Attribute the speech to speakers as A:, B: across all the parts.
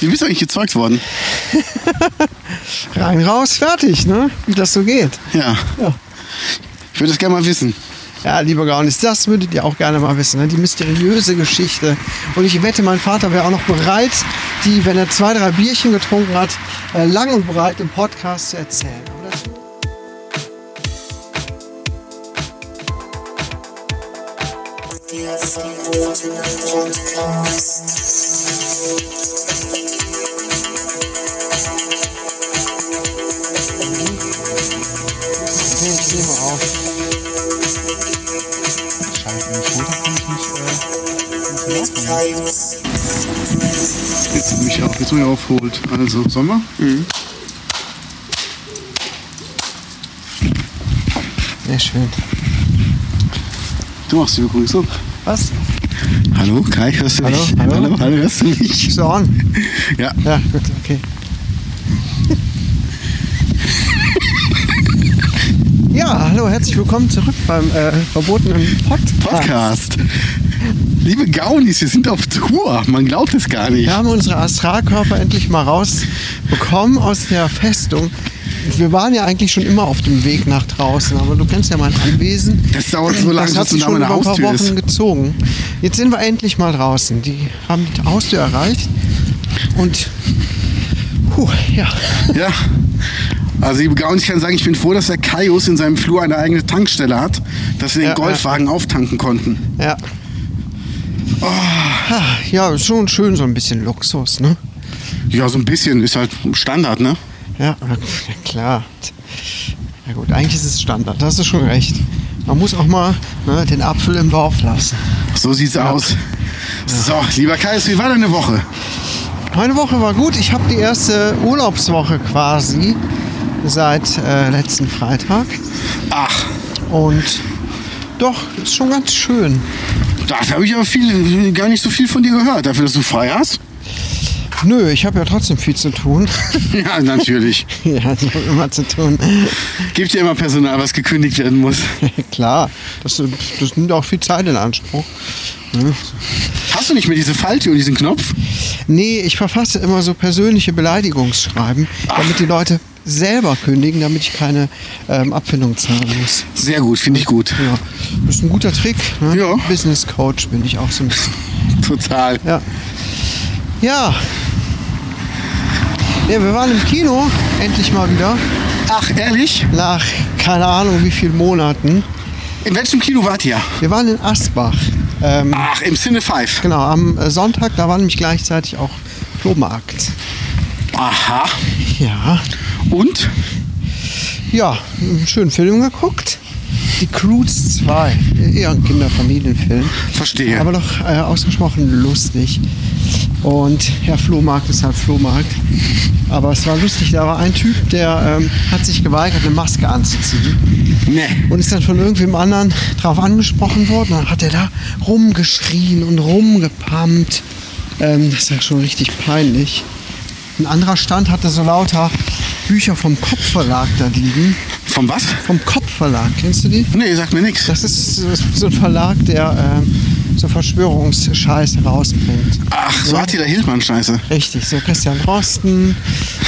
A: Wie bist du eigentlich gezeugt worden?
B: Rein, raus, fertig, ne? Wie das so geht.
A: Ja.
B: Ja.
A: Ich würde das gerne mal wissen.
B: Ja, lieber Gaunis, das würdet ihr auch gerne mal wissen, ne? die mysteriöse Geschichte. Und ich wette, mein Vater wäre auch noch bereit, die, wenn er zwei, drei Bierchen getrunken hat, äh, lang und breit im Podcast zu erzählen. Oder? Nee, ich nehme auf.
A: Jetzt bin ich auf, jetzt bin ich aufgeholt. Also, sollen wir?
B: Sehr schön.
A: Du machst die Begrüßung.
B: Was?
A: Hallo, Kai, hörst du
B: Hallo,
A: mich?
B: hallo.
A: hallo, hallo, hörst du mich?
B: Ist er on?
A: Ja.
B: Ja, gut, okay. Ja, hallo, herzlich willkommen zurück beim äh, verbotenen Podcast.
A: Podcast. Liebe Gaunis, wir sind auf Tour. Man glaubt es gar nicht.
B: Wir haben unsere Astralkörper endlich mal rausbekommen aus der Festung. Wir waren ja eigentlich schon immer auf dem Weg nach draußen, aber du kennst ja mein Anwesen.
A: Das dauert so lange,
B: das
A: bis
B: hat
A: du
B: sich
A: da
B: schon
A: meine
B: über ein paar
A: Haustür ist.
B: Wochen gezogen. Jetzt sind wir endlich mal draußen. Die haben die Haustür erreicht und puh, ja.
A: Ja. Also liebe Gaunis, ich kann sagen, ich bin froh, dass der Kaius in seinem Flur eine eigene Tankstelle hat, dass wir den
B: Ja,
A: Golfwagen auftanken konnten.
B: Ja. Ha, Ja, ist schon schön, so ein bisschen Luxus, ne?
A: Ja, so ein bisschen ist halt Standard, ne?
B: Ja, na gut, ja, klar. Na gut, eigentlich ist es Standard, da hast du schon recht. Man muss auch mal ne, den Apfel im Dorf lassen.
A: So sieht's aus. So, lieber Kaius, wie war deine Woche?
B: Meine Woche war gut. Ich habe die erste Urlaubswoche quasi seit äh, letzten Freitag.
A: Ach,
B: Und doch, ist schon ganz schön.
A: dafür habe ich aber viel, gar nicht so viel von dir gehört, dafür, dass du frei hast.
B: Nö, ich habe ja trotzdem viel zu tun.
A: Ja, natürlich.
B: ja, ich habe immer zu tun.
A: Gibt ja immer Personal, was gekündigt werden muss.
B: Klar, das, das nimmt auch viel Zeit in Anspruch.
A: Hast du nicht mehr diese Falltür und diesen Knopf?
B: Nee, ich verfasse immer so persönliche Beleidigungsschreiben, damit die Leute selber kündigen, damit ich keine ähm, Abfindung zahlen muss.
A: Sehr gut, finde ich gut.
B: Ja, das ist ein guter Trick. Ne?
A: Ja.
B: Business Coach bin ich auch so ein bisschen.
A: Total.
B: Ja. Ja. Ja, wir waren im Kino, endlich mal wieder.
A: Ach, ehrlich?
B: Nach keine Ahnung wie vielen Monaten.
A: In welchem Kino wart ihr?
B: Wir waren in Asbach. Ähm,
A: Ach, im Cine 5.
B: genau, am äh, Sonntag, da war nämlich gleichzeitig auch Flohmarkt.
A: Aha.
B: Ja.
A: Und?
B: Ja, einen schönen Film geguckt. Die Croods 2. Eher ein Kinderfamilienfilm.
A: Verstehe.
B: Aber doch äh, ausgesprochen lustig. Und ja, Flohmarkt ist halt Flohmarkt. Aber es war lustig, da war ein Typ, der ähm, hat sich geweigert, eine Maske anzuziehen.
A: nee.
B: Und ist dann von irgendwem anderen drauf angesprochen worden. Dann hat er da rumgeschrien und rumgepammt. Ähm, das war schon richtig peinlich. Ein anderer Stand hatte so lauter Bücher vom Kopfverlag da liegen.
A: Vom was?
B: Vom Kopfverlag, kennst du die?
A: Nee, sagt mir nichts.
B: Das ist so ein Verlag, der ähm, so Verschwörungsscheiß herausbringt.
A: Ach, so hat die da Hildmann Scheiße.
B: Richtig, so Christian Drosten,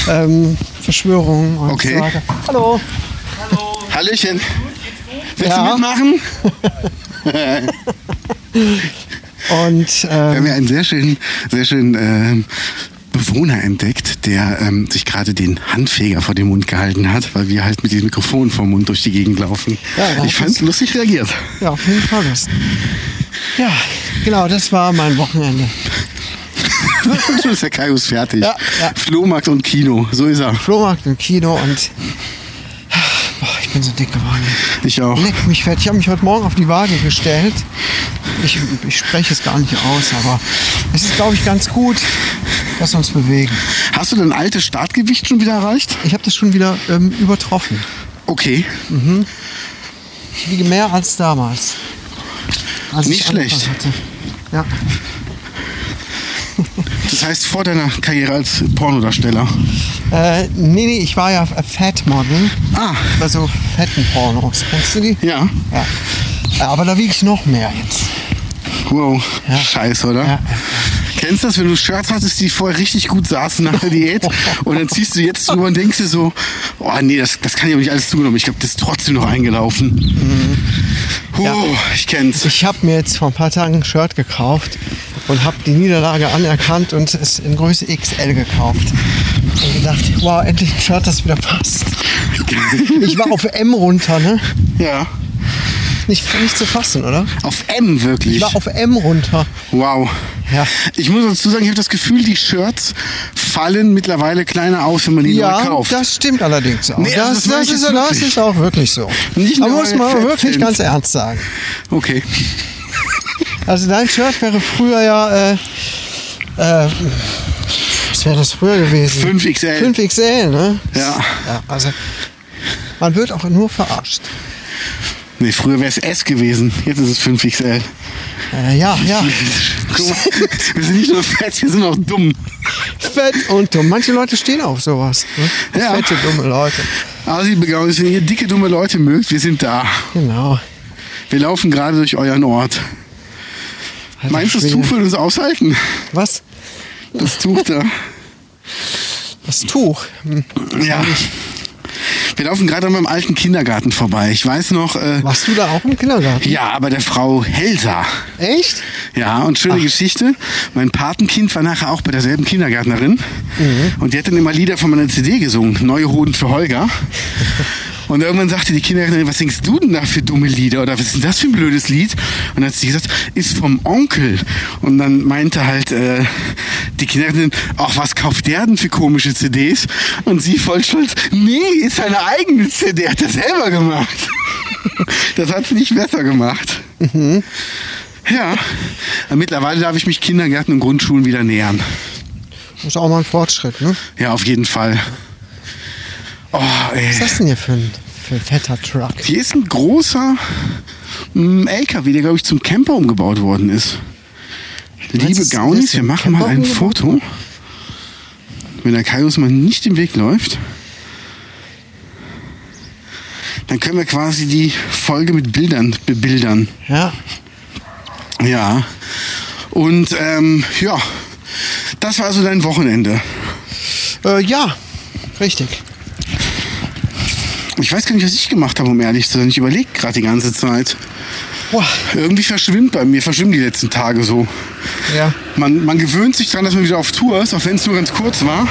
B: ähm, Verschwörung und
A: Okay.
B: so weiter. Hallo.
A: Hallöchen. Willst du
B: Ja.
A: mitmachen?
B: Und
A: Wir haben
B: ähm,
A: ja einen sehr schönen, sehr schönen ähm, Bewohner entdeckt, der ähm, sich gerade den Handfeger vor den Mund gehalten hat, weil wir halt mit diesem Mikrofon vom Mund durch die Gegend laufen.
B: Ja, ja,
A: ich fand es lustig reagiert.
B: ja, auf jeden Fall das. Ja, genau, das war mein Wochenende.
A: Schon ist der Kaius fertig.
B: Ja, ja.
A: Flohmarkt und Kino, so ist er.
B: Flohmarkt im Kino und boah, ich bin so dick geworden.
A: Ich auch.
B: Leck mich fett. Ich habe mich heute Morgen auf die Waage gestellt. Ich, ich spreche es gar nicht aus, aber es ist, glaube ich, ganz gut, dass wir uns bewegen.
A: Hast du dein altes Startgewicht schon wieder erreicht?
B: Ich habe das schon wieder ähm, übertroffen.
A: Okay.
B: Ich wiege mehr als damals. Als
A: Nicht
B: ich angefangen
A: schlecht.
B: Hatte. Ja,
A: Das heißt, vor deiner Karriere als Pornodarsteller.
B: äh, nee, nee, ich war ja äh, Fatmodel.
A: Ah,
B: Bei so fetten Pornos. Also Kennst du die?
A: ja.
B: Ja. Äh, Aber da wiege ich noch mehr jetzt.
A: Wow. Scheiße, oder?
B: Ja.
A: Kennst du das, wenn du Shirts hattest, die vorher richtig gut saßen nach der Diät und dann ziehst du jetzt drüber und denkst dir so, oh nee, das, das kann ich aber nicht alles zugenommen. Ich glaube, das ist trotzdem noch eingelaufen. Puh,
B: Mhm. Ja.
A: ich kenn's.
B: Ich habe mir jetzt vor ein paar Tagen ein Shirt gekauft und habe die Niederlage anerkannt und es in Größe XL gekauft. Und gedacht, wow, endlich ein Shirt, das wieder passt. Ich war auf M runter, ne?
A: ja.
B: Nicht, nicht zu fassen, oder?
A: Auf M wirklich.
B: Ich war auf M runter.
A: Wow.
B: Ja.
A: Ich muss dazu sagen, ich habe das Gefühl, die Shirts fallen mittlerweile kleiner aus, wenn man die neu
B: Ja,
A: kauft.
B: das stimmt allerdings auch.
A: Nee, also
B: das,
A: das meine
B: das,
A: ich
B: ist,
A: jetzt
B: das
A: wirklich.
B: ist auch wirklich so.
A: Nicht
B: Da
A: nur,
B: muss
A: weil
B: man
A: wir fett
B: wirklich
A: sind.
B: ganz ernst sagen.
A: Okay.
B: Also dein Shirt wäre früher ja, äh, äh, was wäre das früher gewesen?
A: 5XL.
B: 5XL, ne?
A: Ja.
B: ja. Also man wird auch nur verarscht.
A: Nee, früher wäre es S gewesen. Jetzt ist es 5XL.
B: Äh, ja, ja.
A: Guck mal, wir sind nicht nur fett, wir sind auch dumm.
B: Fett und dumm. Manche Leute stehen auf sowas. Ne?
A: Ja.
B: Fette, dumme Leute.
A: Asi Begaunis, wenn ihr dicke, dumme Leute mögt, wir sind da.
B: Genau.
A: Wir laufen gerade durch euren Ort.
B: Also
A: Meinst du, das
B: Schwede.
A: Tuch wird uns aushalten?
B: Was?
A: Das Tuch da.
B: Das Tuch. Hm.
A: Ja. Wir laufen gerade an meinem alten Kindergarten vorbei. Ich weiß noch, äh,
B: Warst du da auch im Kindergarten?
A: ja, aber der Frau Helsa.
B: Echt?
A: Ja, und schöne Geschichte. Mein Patenkind war nachher auch bei derselben Kindergärtnerin. Und die hat dann immer Lieder von meiner CD gesungen. Neue Hoden für Holger. Und irgendwann sagte die Kindergärtnerin, was singst du denn da für dumme Lieder? Oder was ist denn das für ein blödes Lied? Und dann hat sie gesagt, ist vom Onkel. Und dann meinte halt äh, die Kindergärtnerin, ach, was kauft der denn für komische CDs? Und sie voll stolz, nee, ist seine eigene CD, hat er selber gemacht. Das hat sie nicht besser gemacht. Ja, mittlerweile darf ich mich Kindergärten und Grundschulen wieder nähern.
B: Ist auch mal ein Fortschritt, ne?
A: Ja, auf jeden Fall. Oh, ey.
B: Was ist das denn hier für ein, für ein fetter Truck?
A: Hier ist ein großer mm, LKW, der, glaube ich, zum Camper umgebaut worden ist. Liebe
B: ist-
A: Gaunis,
B: ist
A: wir
B: ein
A: machen mal
B: Camper
A: ein
B: umgebaut?
A: Foto. Wenn der Kaius mal nicht im Weg läuft, dann können wir quasi die Folge mit Bildern bebildern.
B: Ja.
A: Ja. Und ähm, ja, das war also dein Wochenende.
B: Äh, ja, richtig.
A: Ich weiß gar nicht, was ich gemacht habe, um ehrlich zu sein. Ich überlege gerade die ganze Zeit.
B: Boah.
A: Irgendwie verschwimmt bei mir, verschwimmen die letzten Tage so.
B: Ja.
A: Man, man gewöhnt sich dran, dass man wieder auf Tour ist, auch wenn es nur ganz kurz war.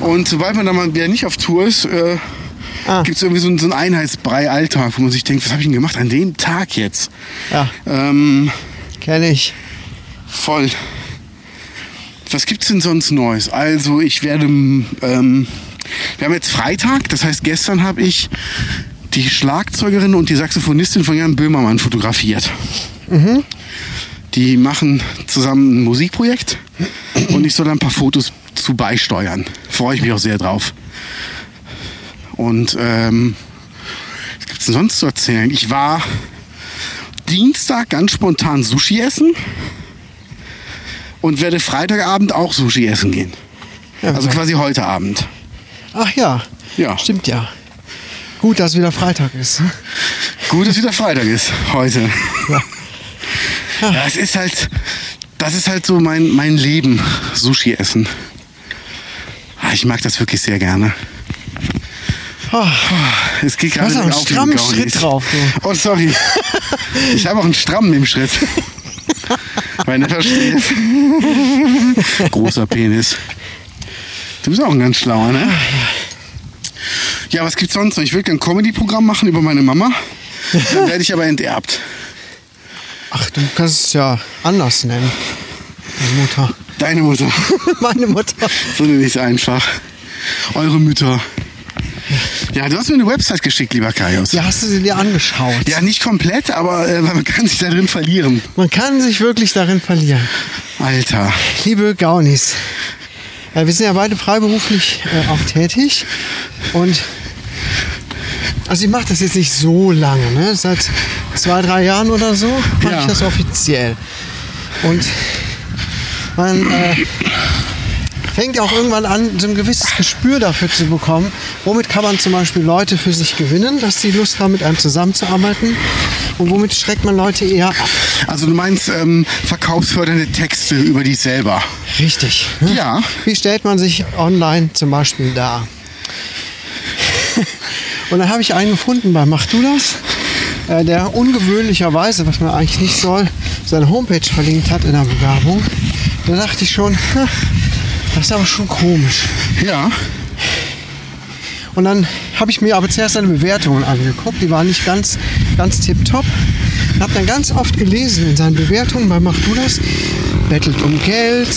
A: Und sobald man dann mal wieder nicht auf Tour ist, äh,
B: Ah.
A: gibt es irgendwie so, einen- so einen Einheitsbrei-Alltag, wo man sich denkt, was habe ich denn gemacht an dem Tag jetzt?
B: Ja,
A: Ähm,
B: kenne ich.
A: Voll. Was gibt's denn sonst Neues? Also ich werde, ähm, wir haben jetzt Freitag, das heißt gestern habe ich die Schlagzeugerin und die Saxophonistin von Jan Böhmermann fotografiert. Die machen zusammen ein Musikprojekt und ich soll da ein paar Fotos zu beisteuern. Freue ich mich auch sehr drauf. Und ähm, was gibt's denn sonst zu erzählen? Ich war Dienstag ganz spontan Sushi essen und werde Freitagabend auch Sushi essen gehen.
B: Ja,
A: Also quasi heute Abend.
B: Ach ja.
A: Ja.
B: Stimmt ja. Gut, dass wieder Freitag ist.
A: Gut, dass wieder Freitag ist heute. Ja, es ist halt, das ist halt so mein, mein Leben, Sushi essen. Ah, Ich mag das wirklich sehr gerne.
B: Ah,
A: Es geht
B: Du hast
A: gerade
B: auch einen
A: auf die
B: strammen
A: Gaunis.
B: Schritt drauf,
A: Oh, sorry. Ich habe auch einen strammen im Schritt. Meine versteht. Großer Penis. Du bist auch ein ganz schlauer, ne? Ja, was gibt's sonst noch? Ich will ein Comedy-Programm machen über meine Mama. Dann werde ich aber enterbt.
B: Ach, du kannst es ja anders nennen. Meine Mutter.
A: Deine Mutter.
B: Meine Mutter.
A: So nenne ich es einfach. Eure Mütter. Ja, du hast mir eine Website geschickt, lieber Kaius.
B: Ja, hast du sie dir angeschaut?
A: Ja, nicht komplett, aber äh, man kann sich da drin verlieren.
B: Man kann sich wirklich darin verlieren.
A: Alter.
B: Liebe Gaunis, äh, wir sind ja beide freiberuflich äh, auch tätig und also ich mache das jetzt nicht so lange, ne? seit zwei, drei Jahren oder so mache
A: Ja.
B: ich das offiziell. Und man äh, fängt auch irgendwann an, so ein gewisses Gespür dafür zu bekommen, womit kann man zum Beispiel Leute für sich gewinnen, dass sie Lust haben, mit einem zusammenzuarbeiten und womit schreckt man Leute eher ab.
A: Also du meinst ähm, verkaufsfördernde Texte über dich selber.
B: Richtig. Ne?
A: Ja.
B: Wie stellt man sich online zum Beispiel dar? Und dann habe ich einen gefunden bei Mach du das, äh, der ungewöhnlicherweise, was man eigentlich nicht soll, seine Homepage verlinkt hat in der Bewerbung. Da dachte ich schon, "Ha, das ist aber schon komisch.
A: Ja.
B: Und dann habe ich mir aber zuerst seine Bewertungen angeguckt. Die waren nicht ganz, ganz tipptopp. Ich habe dann ganz oft gelesen in seinen Bewertungen bei Mach du das, bettelt um Geld,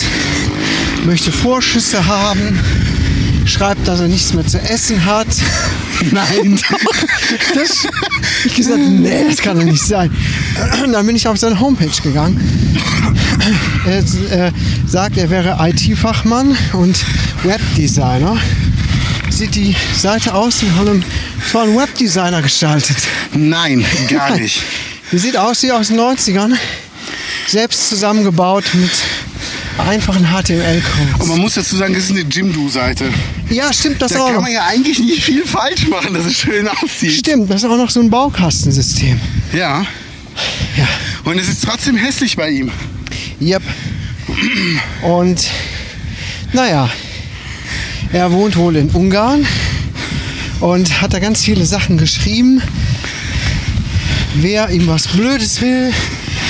B: möchte Vorschüsse haben, schreibt, dass er nichts mehr zu essen hat.
A: Nein.
B: Das, ich gesagt, nee, das kann doch nicht sein. Dann bin ich auf seine Homepage gegangen. Er äh, sagt, er wäre IT-Fachmann und Webdesigner. Sieht die Seite aus, wie von einem tollen Webdesigner gestaltet.
A: Nein, gar nicht.
B: Die sieht aus wie aus den 90ern. Selbst zusammengebaut mit einfachen HTML-Codes.
A: Und man muss dazu sagen, das ist eine Jimdo-Seite.
B: Ja, stimmt, das
A: Da
B: auch.
A: kann
B: noch.
A: man ja eigentlich nicht viel falsch machen, dass es schön aussieht.
B: Stimmt, das ist auch noch so ein Baukastensystem.
A: Ja.
B: Ja.
A: Und es ist trotzdem hässlich bei ihm.
B: Yep. Und naja, er wohnt wohl in Ungarn und hat da ganz viele Sachen geschrieben. Wer ihm was Blödes will,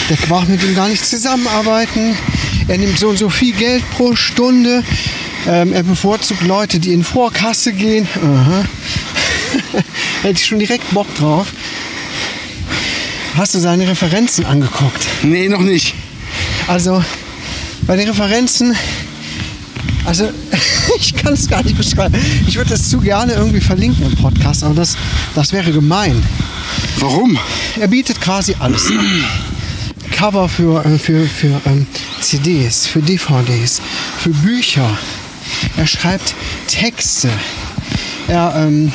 B: der braucht mit ihm gar nicht zusammenarbeiten. Er nimmt so und so viel Geld pro Stunde. Ähm, er bevorzugt Leute, die in Vorkasse gehen. Aha. Hätte ich schon direkt Bock drauf. Hast du seine Referenzen angeguckt?
A: Nee, noch nicht.
B: Also bei den Referenzen, also ich kann es gar nicht beschreiben. Ich würde das zu gerne irgendwie verlinken im Podcast, aber das, das wäre gemein.
A: Warum?
B: Er bietet quasi alles. an. Cover für, äh, für, für ähm, CDs, für DVDs, für Bücher. Er schreibt Texte. Er ähm,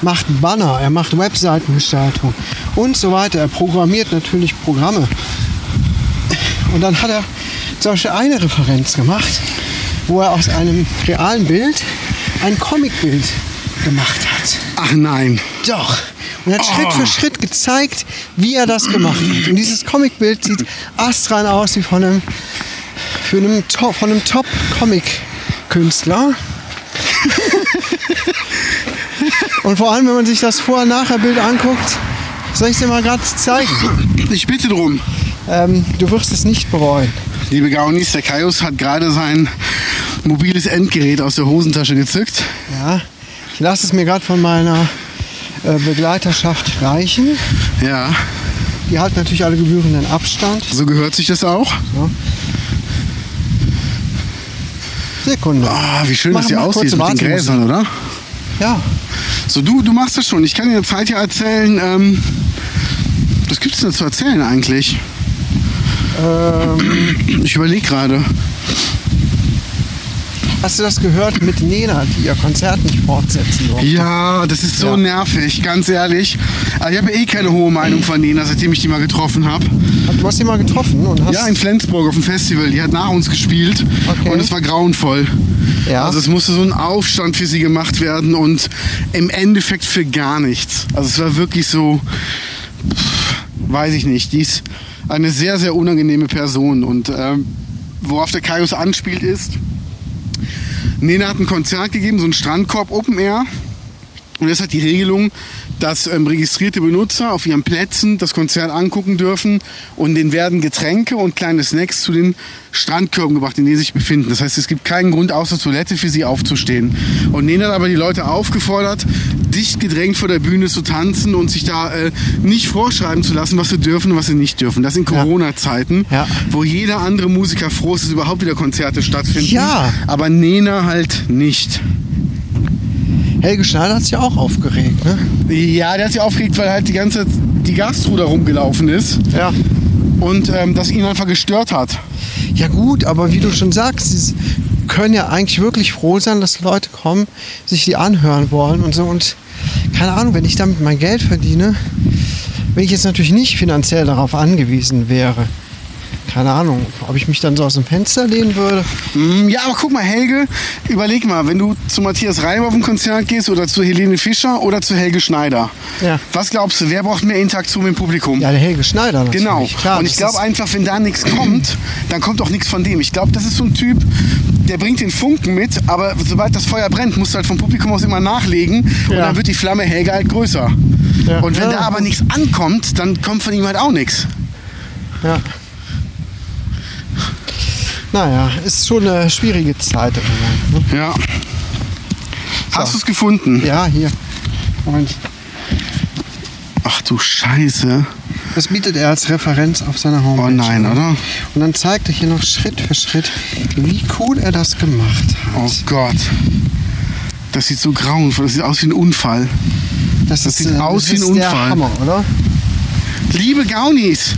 B: macht Banner, er macht Webseitengestaltung und so weiter. Er programmiert natürlich Programme. Und dann hat er zum Beispiel eine Referenz gemacht, wo er aus einem realen Bild ein Comicbild gemacht hat.
A: Ach nein.
B: Doch. Und er hat
A: Oh.
B: Schritt für Schritt gezeigt, wie er das gemacht hat. Und dieses Comicbild sieht astrein aus wie von einem, für einem, To- von einem Top-Comic-Künstler. Und vor allem, wenn man sich das Vor-Nachher-Bild anguckt, soll ich es dir mal gerade zeigen?
A: Ich bitte drum.
B: Ähm, du wirst es nicht bereuen.
A: Liebe Gaunis, der Kaius hat gerade sein mobiles Endgerät aus der Hosentasche gezückt.
B: Ja, ich lasse es mir gerade von meiner äh, Begleiterschaft reichen.
A: Ja,
B: Die halten natürlich alle gebührenden Abstand.
A: so gehört sich das auch.
B: Ja. Sekunde.
A: Ah, wie schön
B: Mach-
A: das hier
B: mach
A: aussieht
B: kurze
A: mit den
B: Wartemusik.
A: Gräsern, oder?
B: Ja,
A: So, du, du machst das schon. Ich kann dir in der Zeit ja erzählen, ähm, was gibt's denn zu erzählen eigentlich?
B: ähm,
A: Ich überlege gerade.
B: hast du das gehört mit Nena, die ihr Konzert nicht fortsetzen wollte?
A: Ja, das ist so
B: Ja.
A: nervig, ganz ehrlich. Aber ich habe ja eh keine hohe Meinung von Nena, seitdem ich die mal getroffen habe.
B: Du hast sie mal getroffen und hast...
A: Ja, in Flensburg auf dem Festival. Die hat nach uns gespielt
B: Okay.
A: und es war grauenvoll.
B: Ja.
A: Also es musste so ein Aufstand für sie gemacht werden und im Endeffekt für gar nichts. Also es war wirklich so, pff, weiß ich nicht, die ist eine sehr, sehr unangenehme Person. Und ähm, worauf der Kaius anspielt ist, Nena hat ein Konzert gegeben, so ein Strandkorb Open Air. Und es hat die Regelung, dass ähm, registrierte Benutzer auf ihren Plätzen das Konzert angucken dürfen und denen werden Getränke und kleine Snacks zu den Strandkörben gebracht, in denen sie sich befinden. Das heißt, es gibt keinen Grund außer Toilette für sie aufzustehen. Und Nena hat aber die Leute aufgefordert, dicht gedrängt vor der Bühne zu tanzen und sich da äh, nicht vorschreiben zu lassen, was sie dürfen und was sie nicht dürfen. Das in Corona-Zeiten,
B: Ja.
A: wo jeder andere Musiker froh ist, dass überhaupt wieder Konzerte stattfinden.
B: Ja.
A: Aber Nena halt nicht.
B: Helge Schneider hat sich auch aufgeregt, ne?
A: Ja, der hat sich aufgeregt, weil halt die ganze die Gastro da rumgelaufen ist
B: Ja.
A: und ähm, das ihn einfach gestört hat.
B: Ja gut, aber wie du schon sagst, sie können ja eigentlich wirklich froh sein, dass Leute kommen, sich die anhören wollen und so. Und keine Ahnung, wenn ich damit mein Geld verdiene, wenn ich jetzt natürlich nicht finanziell darauf angewiesen wäre, keine Ahnung, ob ich mich dann so aus dem Fenster lehnen würde.
A: Mm, Ja, aber guck mal, Helge, überleg mal, wenn du zu Matthias Reim auf ein Konzert gehst oder zu Helene Fischer oder zu Helge Schneider.
B: Ja.
A: Was glaubst du, wer braucht mehr Interaktion mit dem Publikum?
B: Ja, der Helge Schneider natürlich.
A: Genau.
B: Klar,
A: und ich
B: das
A: glaube
B: ist-
A: einfach, wenn da nichts kommt, dann kommt auch nichts von dem. Ich glaube, das ist so ein Typ, der bringt den Funken mit, aber sobald das Feuer brennt, musst du halt vom Publikum aus immer nachlegen und
B: Ja.
A: dann wird die Flamme Helge halt größer.
B: Ja.
A: Und wenn da
B: Ja.
A: aber nichts ankommt, dann kommt von ihm halt auch nichts.
B: Ja. Naja, ist schon eine schwierige Zeit im Moment. Ne?
A: Ja. Hast du es gefunden?
B: Ja, hier. Moment.
A: Ach du Scheiße.
B: Das bietet er als Referenz auf seiner Homepage.
A: Oh nein, oder?
B: Und dann zeigt er hier noch Schritt für Schritt, wie cool er das gemacht hat.
A: Oh Gott. Das sieht so grauenvoll, das sieht aus wie ein Unfall.
B: das, ist,
A: sieht
B: äh,
A: aus wie ein
B: ist
A: Unfall.
B: Der Hammer, oder?
A: Liebe Gaunis,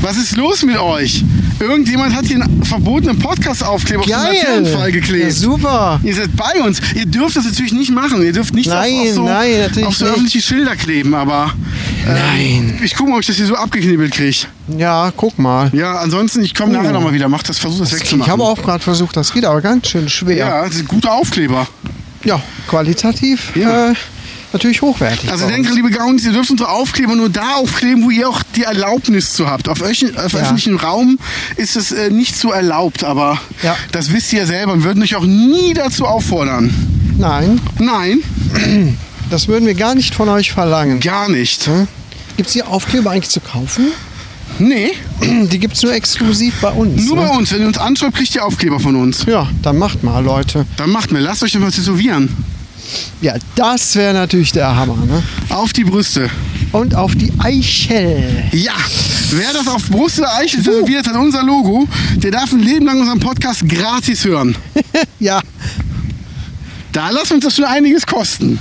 A: was ist los mit euch? Irgendjemand hat hier einen verbotenen Podcast-Aufkleber auf den Laternenfall
B: Ja,
A: geklebt.
B: super!
A: Ihr seid bei uns. Ihr dürft das natürlich nicht machen. Ihr dürft nicht auf,
B: Nein,
A: auf so,
B: nein, natürlich
A: auf so
B: nicht.
A: öffentliche Schilder kleben, aber
B: Nein.
A: ich gucke mal, ob ich das hier so abgeknibbelt kriege.
B: Ja, guck mal.
A: Ja, ansonsten, ich komme
B: Oh.
A: nachher nochmal wieder. Mach das, versuch das
B: Ich
A: wegzumachen.
B: habe auch gerade versucht, das geht aber ganz schön schwer.
A: Ja, das ist ein guter Aufkleber.
B: Ja, qualitativ
A: Ja.
B: Äh, natürlich hochwertig.
A: Also
B: bei
A: denkt,
B: uns.
A: liebe Gaunis, ihr dürft unsere Aufkleber nur da aufkleben, wo ihr auch die Erlaubnis zu habt. Auf, öch- auf
B: Ja.
A: öffentlichem Raum ist es äh, nicht so erlaubt, aber
B: Ja.
A: das wisst ihr ja selber und würden euch auch nie dazu auffordern.
B: Nein,
A: Nein,
B: das würden wir gar nicht von euch verlangen.
A: gar nicht.
B: Hm? Gibt es hier Aufkleber eigentlich zu kaufen?
A: Nee,
B: Die gibt es nur exklusiv bei uns.
A: nur
B: ne?
A: bei uns. Wenn ihr uns anschreibt, kriegt ihr Aufkleber von uns.
B: Ja, dann macht mal, Leute.
A: Dann macht mir, lasst euch das mal tätowieren.
B: Ja, das wäre natürlich der Hammer. Ne?
A: Auf die Brüste.
B: Und auf die Eichel.
A: Ja, wer das auf Brust oder Eichel tätowiert hat, unser Logo, der darf ein Leben lang unseren Podcast gratis hören.
B: Ja,
A: Da lassen wir uns das schon einiges kosten.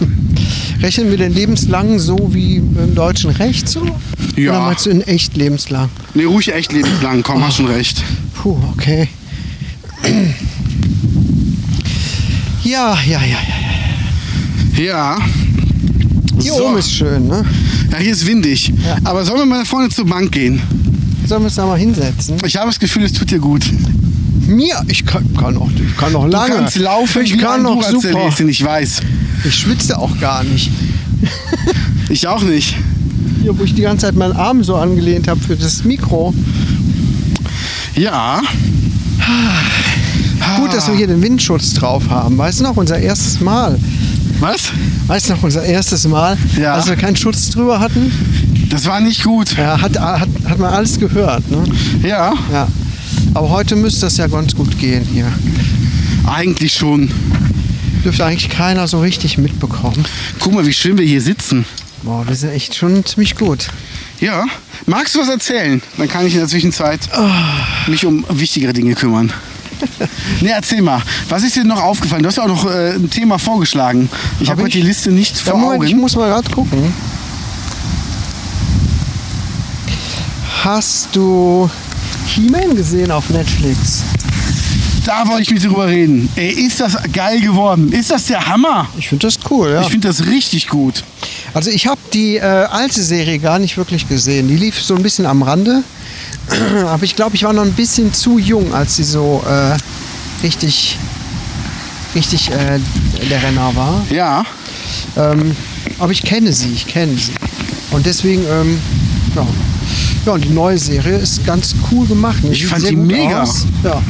B: rechnen wir denn lebenslang so wie im deutschen Recht so?
A: Ja.
B: Oder meinst du in echt lebenslang?
A: Nee, ruhig echt lebenslang, komm, hast schon recht.
B: Puh, okay. Ja, ja, ja, ja.
A: Ja.
B: Hier
A: So.
B: oben ist schön, ne?
A: Ja, hier ist windig.
B: Ja.
A: Aber sollen wir mal vorne zur Bank gehen?
B: Sollen wir uns da mal hinsetzen?
A: Ich habe das Gefühl, es tut dir gut.
B: Mir, ich kann, kann noch, ich kann noch lange.
A: Du kannst laufen,
B: ich
A: wie
B: kann
A: ein
B: noch super.
A: Duracell-Häschen, ich weiß.
B: Ich schwitze auch gar nicht.
A: Ich auch nicht.
B: Hier, wo ich die ganze Zeit meinen Arm so angelehnt habe für das Mikro.
A: Ja.
B: Gut, dass wir hier den Windschutz drauf haben. Weißt du noch, unser erstes Mal.
A: Was?
B: Weißt du noch, unser erstes Mal,
A: Ja.
B: als wir keinen Schutz drüber hatten?
A: Das war nicht gut.
B: Ja, hat, hat, hat man alles gehört, ne?
A: Ja,
B: Ja. Aber heute müsste das ja ganz gut gehen hier.
A: eigentlich schon.
B: Dürfte eigentlich keiner so richtig mitbekommen.
A: Guck mal, wie schön wir hier sitzen.
B: Boah, wir sind echt schon ziemlich gut.
A: Ja. Magst du was erzählen? Dann kann ich in der Zwischenzeit mich um wichtigere Dinge kümmern. Nee, erzähl mal. Was ist dir noch aufgefallen? Du hast ja auch noch äh, ein Thema vorgeschlagen. Ich
B: Hab
A: habe
B: ich?
A: heute die Liste nicht
B: Ja,
A: vor
B: Moment, ich
A: Augen.
B: muss mal gerade gucken. Hast du He-Man gesehen auf Netflix?
A: Da wollte ich mit dir drüber reden. Ey, ist das geil geworden? Ist das der Hammer?
B: Ich finde das cool, ja.
A: Ich finde das richtig gut.
B: Also ich habe die äh, alte Serie gar nicht wirklich gesehen. Die lief so ein bisschen am Rande. Aber ich glaube, ich war noch ein bisschen zu jung, als sie so äh, richtig, richtig äh, der Renner war.
A: Ja.
B: Ähm, aber ich kenne sie, ich kenne sie. Und deswegen, ähm, ja. Ja, und die neue Serie ist ganz cool gemacht.
A: Ich
B: sieht
A: fand
B: sehr
A: die
B: gut
A: mega.
B: Aus. Ja.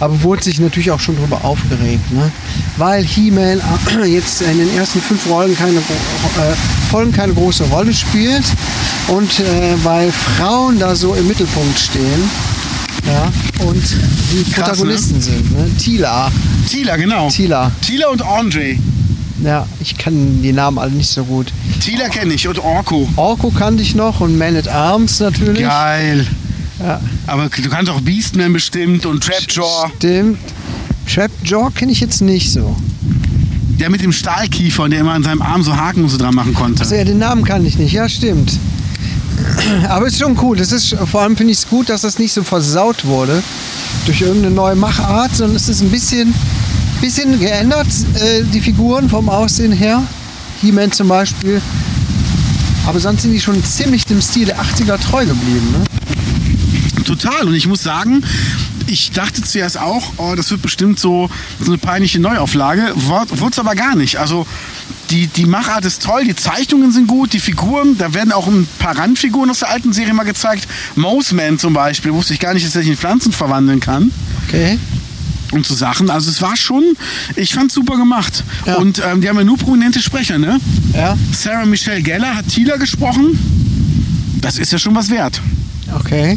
B: Aber wurde sich natürlich auch schon drüber aufgeregt, ne? Weil He-Man äh, jetzt in den ersten fünf Rollen keine, gro- äh, Folgen keine große Rolle spielt und äh, weil Frauen da so im Mittelpunkt stehen ja, und die
A: Krass,
B: Protagonisten sind. Ne? Tila,
A: Tila, genau.
B: Tila.
A: Tila und Andre.
B: Ja, ich kann die Namen alle nicht so gut.
A: Tila kenne ich und Orko.
B: Orko kannte ich noch und Man at Arms natürlich.
A: Geil.
B: Ja.
A: Aber du kannst auch Beastman bestimmt und Trapjaw.
B: Stimmt. Trapjaw kenne ich jetzt nicht so.
A: Der mit dem Stahlkiefer und der immer an seinem Arm so Haken und so dran machen konnte.
B: Also ja, den Namen kann ich nicht. Ja, stimmt. Aber ist schon cool. Das ist, vor allem finde ich es gut, dass das nicht so versaut wurde durch irgendeine neue Machart, sondern es ist ein bisschen, bisschen geändert, äh, die Figuren vom Aussehen her. He-Man zum Beispiel. Aber sonst sind die schon ziemlich dem Stil der 80er treu geblieben. Ne?
A: total. Und ich muss sagen, ich dachte zuerst auch, oh, das wird bestimmt so, so eine peinliche Neuauflage. Wurde es aber gar nicht. Also die, die Machart ist toll, die Zeichnungen sind gut, die Figuren, da werden auch ein paar Randfiguren aus der alten Serie mal gezeigt. Moseman zum Beispiel, wusste ich gar nicht, dass er sich in Pflanzen verwandeln kann
B: Okay.
A: und so Sachen. Also es war schon, ich fand's super gemacht.
B: Ja.
A: Und ähm, die haben ja nur prominente Sprecher, ne?
B: Ja.
A: Sarah Michelle Geller hat Tila gesprochen. Das ist ja schon was wert.
B: Okay.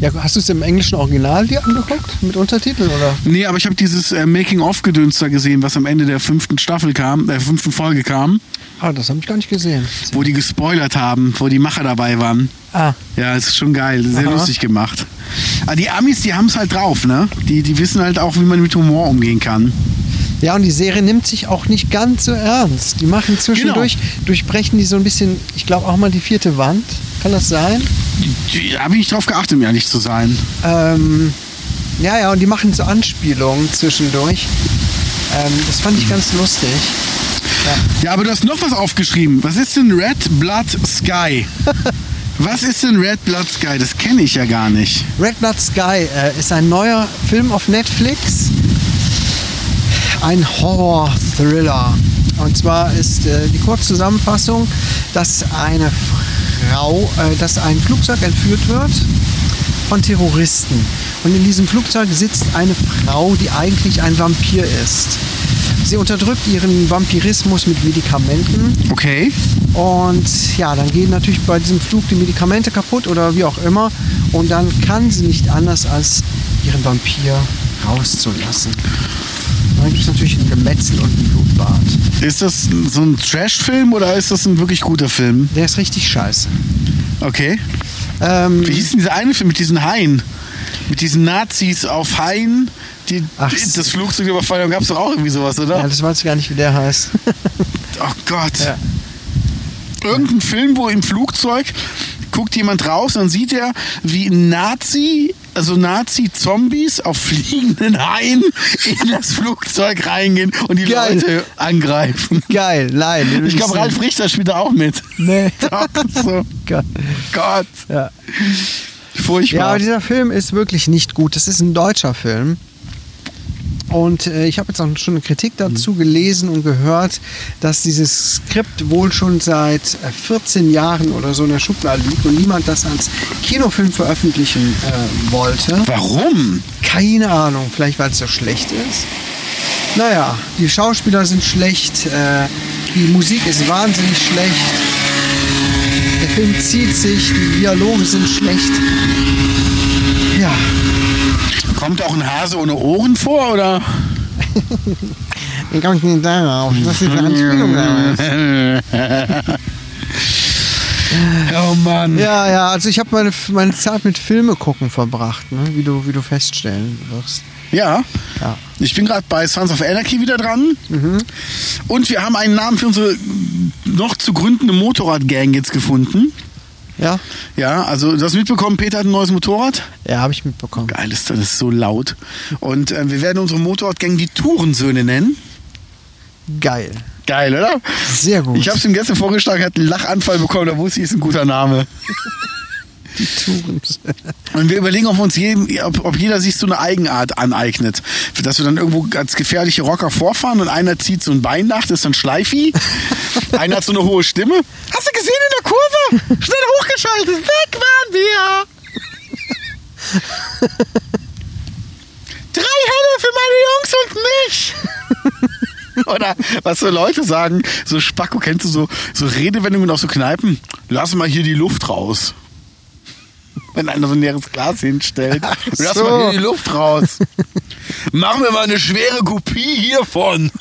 B: Ja, hast du es im englischen Original dir angeguckt? Mit Untertiteln oder?
A: Nee, aber ich habe dieses äh, Making-of-Gedönster gesehen, was am Ende der fünften Staffel kam, der fünften Folge kam,
B: Ah, das habe ich gar nicht gesehen.
A: wo die gespoilert haben, wo die Macher dabei waren.
B: Ah,
A: Ja, ist schon geil, sehr
B: Aha.
A: lustig gemacht. Aber die Amis, die haben's halt drauf, ne? Die, die wissen halt auch, wie man mit Humor umgehen kann.
B: Ja, und die Serie nimmt sich auch nicht ganz so ernst. Die machen zwischendurch, durchbrechen die so ein bisschen, ich glaube auch mal die vierte Wand. Kann das sein?
A: Da habe ich nicht drauf geachtet, um ehrlich zu sein.
B: Ähm, ja, ja, und die machen so Anspielungen zwischendurch. Ähm, das fand ich ganz lustig.
A: Ja, aber du hast noch was aufgeschrieben. Was ist denn Red Blood Sky? was ist denn Red Blood Sky? Das kenne ich ja gar nicht.
B: Red Blood Sky äh, ist ein neuer Film auf Netflix. Ein Horror-Thriller. Und zwar ist äh, die Kurzzusammenfassung, dass eine Frau, äh, dass ein Flugzeug entführt wird von Terroristen. Und in diesem Flugzeug sitzt eine Frau, die eigentlich ein Vampir ist. Sie unterdrückt ihren Vampirismus mit Medikamenten
A: Okay.
B: und ja, dann gehen natürlich bei diesem Flug die Medikamente kaputt oder wie auch immer. Und dann kann sie nicht anders, als ihren Vampir rauszulassen. Und Dann gibt es natürlich ein Gemetzel und ein Blutbad.
A: Ist das so ein Trash-Film oder ist das ein wirklich guter Film?
B: Der ist richtig scheiße.
A: Okay.
B: Ähm,
A: Wie hieß denn dieser eine Film mit diesen Haien? Mit diesen Nazis auf Haien, die
B: Ach,
A: die- das Flugzeug überfallen haben. Gab es doch auch irgendwie sowas, oder?
B: ja, das weiß ich gar nicht, wie der heißt.
A: Oh Gott.
B: Ja.
A: Irgendein Film, wo im Flugzeug guckt jemand raus, dann sieht er, wie ein Nazi, also Nazi-Zombies auf fliegenden Haien in das Flugzeug reingehen und die
B: Geil.
A: Leute angreifen.
B: Geil, nein. den will
A: Ich glaube,
B: sehen.
A: Ralf Richter spielt da auch mit.
B: Nee.
A: so.
B: Geil.
A: Gott,
B: Ja. Ja,
A: furchtbar.
B: aber dieser Film ist wirklich nicht gut. Das ist ein deutscher Film. Und äh, ich habe jetzt auch schon eine Kritik dazu gelesen und gehört, dass dieses Skript wohl schon seit äh, 14 Jahren oder so in der Schublade liegt und niemand das als Kinofilm veröffentlichen äh, wollte.
A: Warum?
B: Keine Ahnung, vielleicht weil es so schlecht ist. Naja, die Schauspieler sind schlecht, äh, die Musik ist wahnsinnig schlecht, der Film zieht sich, die Dialoge sind schlecht. Ja,
A: Kommt auch ein Hase ohne Ohren vor, oder?
B: ich komme nicht darauf, was ist für eine Anspielung da ist.
A: Oh Mann.
B: Ja, ja, also ich habe meine, meine Zeit mit Filme gucken verbracht, ne? wie, du, wie du feststellen wirst.
A: Ja.
B: Ja.
A: Ich bin gerade bei Sons of Anarchy wieder dran. Und wir haben einen Namen für unsere noch zu gründende Motorradgang jetzt gefunden.
B: Ja?
A: Ja, also du hast mitbekommen, Peter hat ein neues Motorrad.
B: Ja, habe ich mitbekommen.
A: Geil ist das, das ist so laut. Und äh, wir werden unsere Motorradgang die Tourensöhne nennen.
B: Geil.
A: Geil, oder?
B: Sehr gut.
A: Ich habe es ihm gestern vorgeschlagen, er hat einen Lachanfall bekommen, da wusste ich, ist ein guter Name.
B: die Touren.
A: Und wir überlegen, ob, uns jedem, ob, ob jeder sich so eine Eigenart aneignet. Dass wir dann irgendwo als gefährliche Rocker vorfahren und einer zieht so ein Bein nach, das ist dann Schleifi. einer hat so eine hohe Stimme. Hast du gesehen in der Kurve? Schnell hochgeschaltet, weg waren wir! Drei Helle für meine Jungs und mich! Oder was so Leute sagen, so Spacko, kennst du so, so Redewendungen aus so Kneipen? Lass mal hier die Luft raus wenn einer so ein leeres Glas hinstellt. Lass
B: so.
A: mal hier die Luft raus. Mach mir mal eine schwere Kopie hiervon.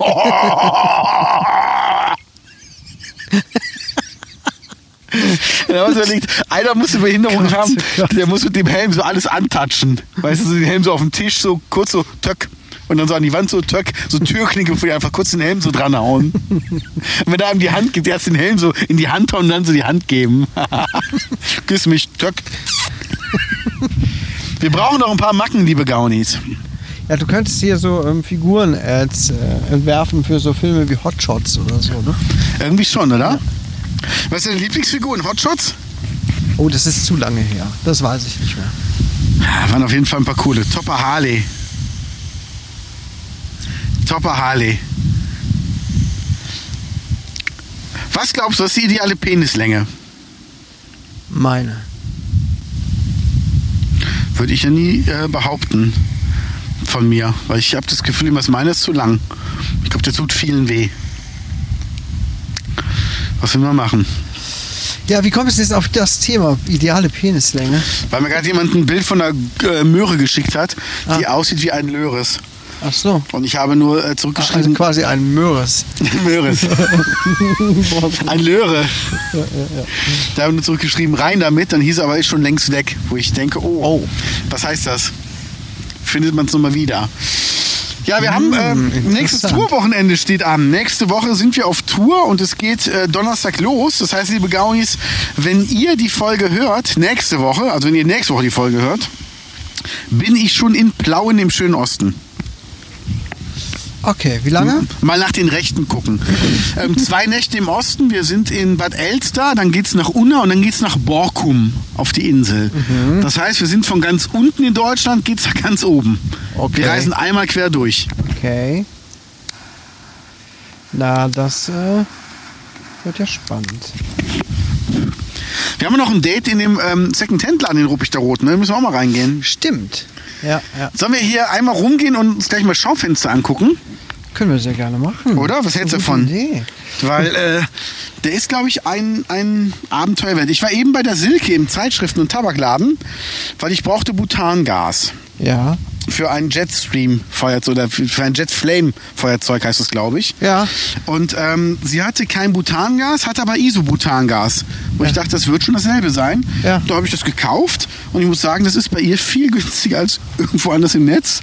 A: Da haben wir uns überlegt, einer muss eine Behinderung haben, der muss mit dem Helm so alles antatschen. Weißt du, so den Helm so auf dem Tisch, so kurz so töck. Und dann so an die Wand so töck, so Türklinke, wo die einfach kurz den Helm so dranhauen. Und wenn er einem die Hand gibt, erst den Helm so in die Hand hauen und dann so die Hand geben. Küss mich, töck. Wir brauchen noch ein paar Macken, liebe Gaunis.
B: Ja, du könntest hier so ähm, Figuren als, äh, entwerfen für so Filme wie Hot Shots oder so, ne?
A: Irgendwie schon, oder? Was ist deine Lieblingsfigur in Hotshots?
B: Oh, das ist zu lange her. Das weiß ich nicht mehr.
A: Ja, waren auf jeden Fall ein paar coole. Topper Harley. Topper Harley. Was glaubst du, was ist die ideale Penislänge?
B: Meine.
A: Würde ich ja nie äh, behaupten von mir, weil ich habe das Gefühl, was meine ist zu lang. Ich glaube, das tut vielen weh. Was will man machen?
B: Ja, wie kommt es jetzt auf das Thema ideale Penislänge?
A: Weil mir gerade jemand ein Bild von einer äh, Möhre geschickt hat, die aussieht wie ein Löres.
B: Ach so.
A: Und ich habe nur äh,
B: Ach, also
A: zurückgeschrieben,
B: quasi ein Möhres.
A: Möhres. Ein Löre. Da haben wir zurückgeschrieben, rein damit, dann hieß er aber ist schon längst weg, wo ich denke, oh,
B: Oh.
A: was heißt das? Findet man es nochmal wieder. Ja, wir haben ähm,
B: Hm,
A: nächstes
B: interessant.
A: Tourwochenende steht an. Nächste Woche sind wir auf Tour und es geht äh, Donnerstag los. Das heißt, liebe Gaunis, wenn ihr die Folge hört, nächste Woche, also wenn ihr nächste Woche die Folge hört, bin ich schon in Plauen im schönen Osten.
B: Okay, wie lange?
A: Mal nach den Rechten gucken. ähm, zwei Nächte im Osten, wir sind in Bad Elster, dann geht's nach Unna und dann geht's nach Borkum auf die Insel. Das heißt, wir sind von ganz unten in Deutschland, geht's nach ganz oben.
B: Okay.
A: Wir reisen einmal quer durch.
B: Okay. Na, das äh, wird ja spannend.
A: Wir haben noch ein Date in dem ähm, Second-Hand-Laden in Ruppig der Rot, ne? Da müssen wir auch mal reingehen.
B: Stimmt. Ja, ja.
A: Sollen wir hier einmal rumgehen und uns gleich mal Schaufenster angucken?
B: Können wir sehr gerne machen.
A: Oder? Was hältst du
B: Gute
A: davon?
B: Idee.
A: Weil äh, der ist, glaube ich, ein, ein Abenteuer wert. Ich war eben bei der Silke im Zeitschriften- und Tabakladen, weil ich brauchte Butangas.
B: Ja.
A: für ein Jetstream-Feuerzeug oder für für ein Jetflame-Feuerzeug heißt es, glaube ich.
B: Ja.
A: Und ähm, sie hatte kein Butangas, hatte aber Isobutangas. Wo ich
B: Ja.
A: dachte, das wird schon dasselbe sein.
B: Ja.
A: Da habe ich das gekauft und ich muss sagen, das ist bei ihr viel günstiger als irgendwo anders im Netz.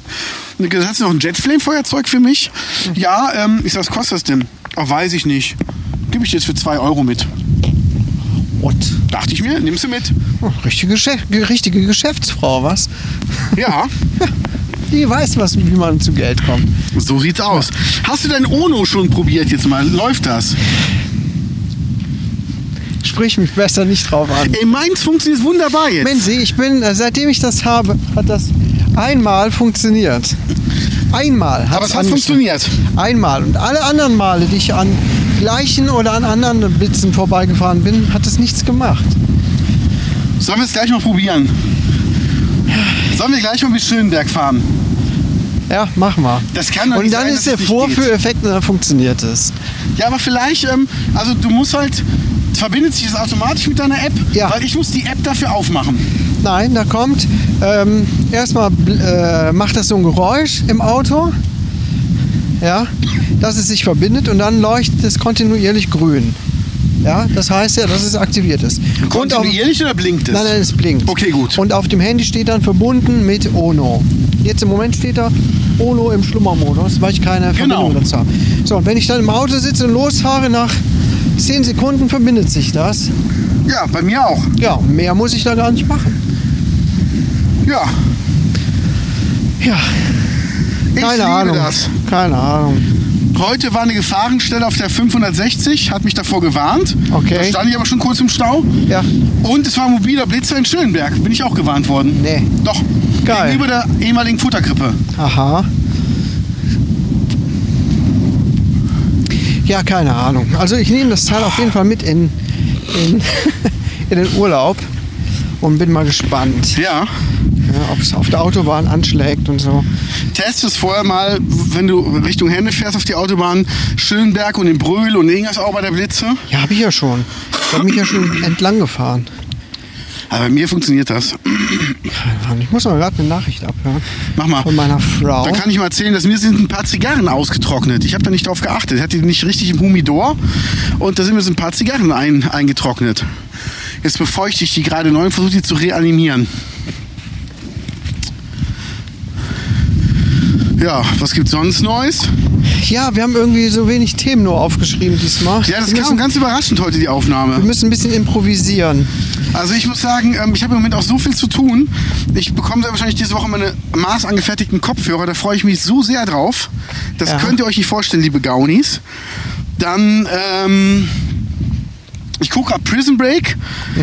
A: Und ich gesagt, hast du noch ein Jetflame-Feuerzeug für mich? Ja, ähm, ich sag, was kostet das denn? Auch weiß ich nicht. Gib ich dir jetzt für 2 Euro mit.
B: What?
A: Dachte ich mir, nimmst du mit?
B: Oh, richtige, Geschäft, ge- richtige Geschäftsfrau, was?
A: Ja,
B: Die weiß, was, wie man zu Geld kommt.
A: so sieht's aus. Hast du dein Ono schon probiert jetzt mal? Läuft das?
B: Sprich mich besser nicht drauf an.
A: Ey, meins funktioniert wunderbar jetzt.
B: Mensch, ich bin, äh, seitdem ich das habe, hat das einmal funktioniert. Einmal.
A: Aber es hat
B: angeschnitten.
A: funktioniert.
B: Einmal. Und alle anderen Male, die ich an gleichen oder an anderen Blitzen vorbeigefahren bin, hat es nichts gemacht.
A: Sollen wir es gleich mal probieren? Sollen wir gleich mal bis Schönenberg fahren?
B: Ja, mach mal.
A: Das kann doch
B: Und
A: nicht
B: dann
A: sein,
B: ist
A: dass
B: der
A: es nicht
B: Vorführeffekt und dann funktioniert es.
A: Ja, aber vielleicht, ähm, also du musst halt, verbindet sich das automatisch mit deiner App?
B: Ja.
A: Weil ich muss die App dafür aufmachen.
B: Nein, da kommt ähm, erstmal bl- äh, macht das so ein Geräusch im Auto, ja, dass es sich verbindet und dann leuchtet es kontinuierlich grün. Ja, das heißt ja, dass es aktiviert ist. Und auf, nein,
A: Kontinuierlich oder blinkt es?
B: nein, es blinkt.
A: Okay, gut.
B: Und auf dem Handy steht dann verbunden mit Ono. Jetzt im Moment steht da Ono im Schlummermodus, weil ich keine
A: Genau.
B: Verbindung dazu habe. So, und wenn ich dann im Auto sitze und losfahre, nach 10 Sekunden verbindet sich das.
A: Ja, bei mir auch.
B: Ja, mehr muss ich da gar nicht machen.
A: Ja.
B: Ja,
A: Ich
B: Keine
A: liebe
B: Ahnung.
A: das.
B: Keine Ahnung.
A: Heute war eine Gefahrenstelle auf der 560, hat mich davor gewarnt.
B: Okay.
A: Da stand ich aber schon kurz im Stau.
B: Ja.
A: Und es war ein mobiler Blitzer in Schönenberg, bin ich auch gewarnt worden.
B: Nee.
A: Doch.
B: Geil.
A: Gegenüber der ehemaligen Futterkrippe.
B: Aha. Ja, keine Ahnung. Also ich nehme das Teil auf jeden Fall mit in, in, in den Urlaub und bin mal gespannt,
A: Ja.
B: ja, ob es auf der Autobahn anschlägt und so.
A: Test es vorher mal, wenn du Richtung Henne fährst auf die Autobahn, Schönberg und in Brühl und Ingersau bei der Blitze.
B: Ja, habe ich ja schon. Ich habe mich ja schon entlang gefahren.
A: Aber bei mir funktioniert das.
B: Keine Ahnung. Ich muss mal gerade eine Nachricht abhören.
A: Mach mal.
B: Von meiner Frau.
A: Da kann ich mal erzählen, dass mir sind ein paar Zigarren ausgetrocknet. Ich habe da nicht drauf geachtet. Ich hatte die nicht richtig im Humidor und da sind mir so ein paar Zigarren ein, eingetrocknet. Jetzt befeuchte ich die gerade neu und versuche die zu reanimieren. Ja, was gibt's sonst Neues?
B: Ja, wir haben irgendwie so wenig Themen nur aufgeschrieben diesmal.
A: Ja, das
B: wir,
A: kam
B: müssen,
A: ganz überraschend heute, die Aufnahme.
B: wir müssen ein bisschen improvisieren.
A: Also ich muss sagen, ähm, ich habe im Moment auch so viel zu tun. Ich bekomme sehr wahrscheinlich diese Woche meine maßangefertigten Kopfhörer. Da freue ich mich so sehr drauf. Das
B: Ja.
A: könnt ihr euch nicht vorstellen, liebe Gaunis. Dann, ähm,
B: Mhm.
A: ich gucke ab Prison Break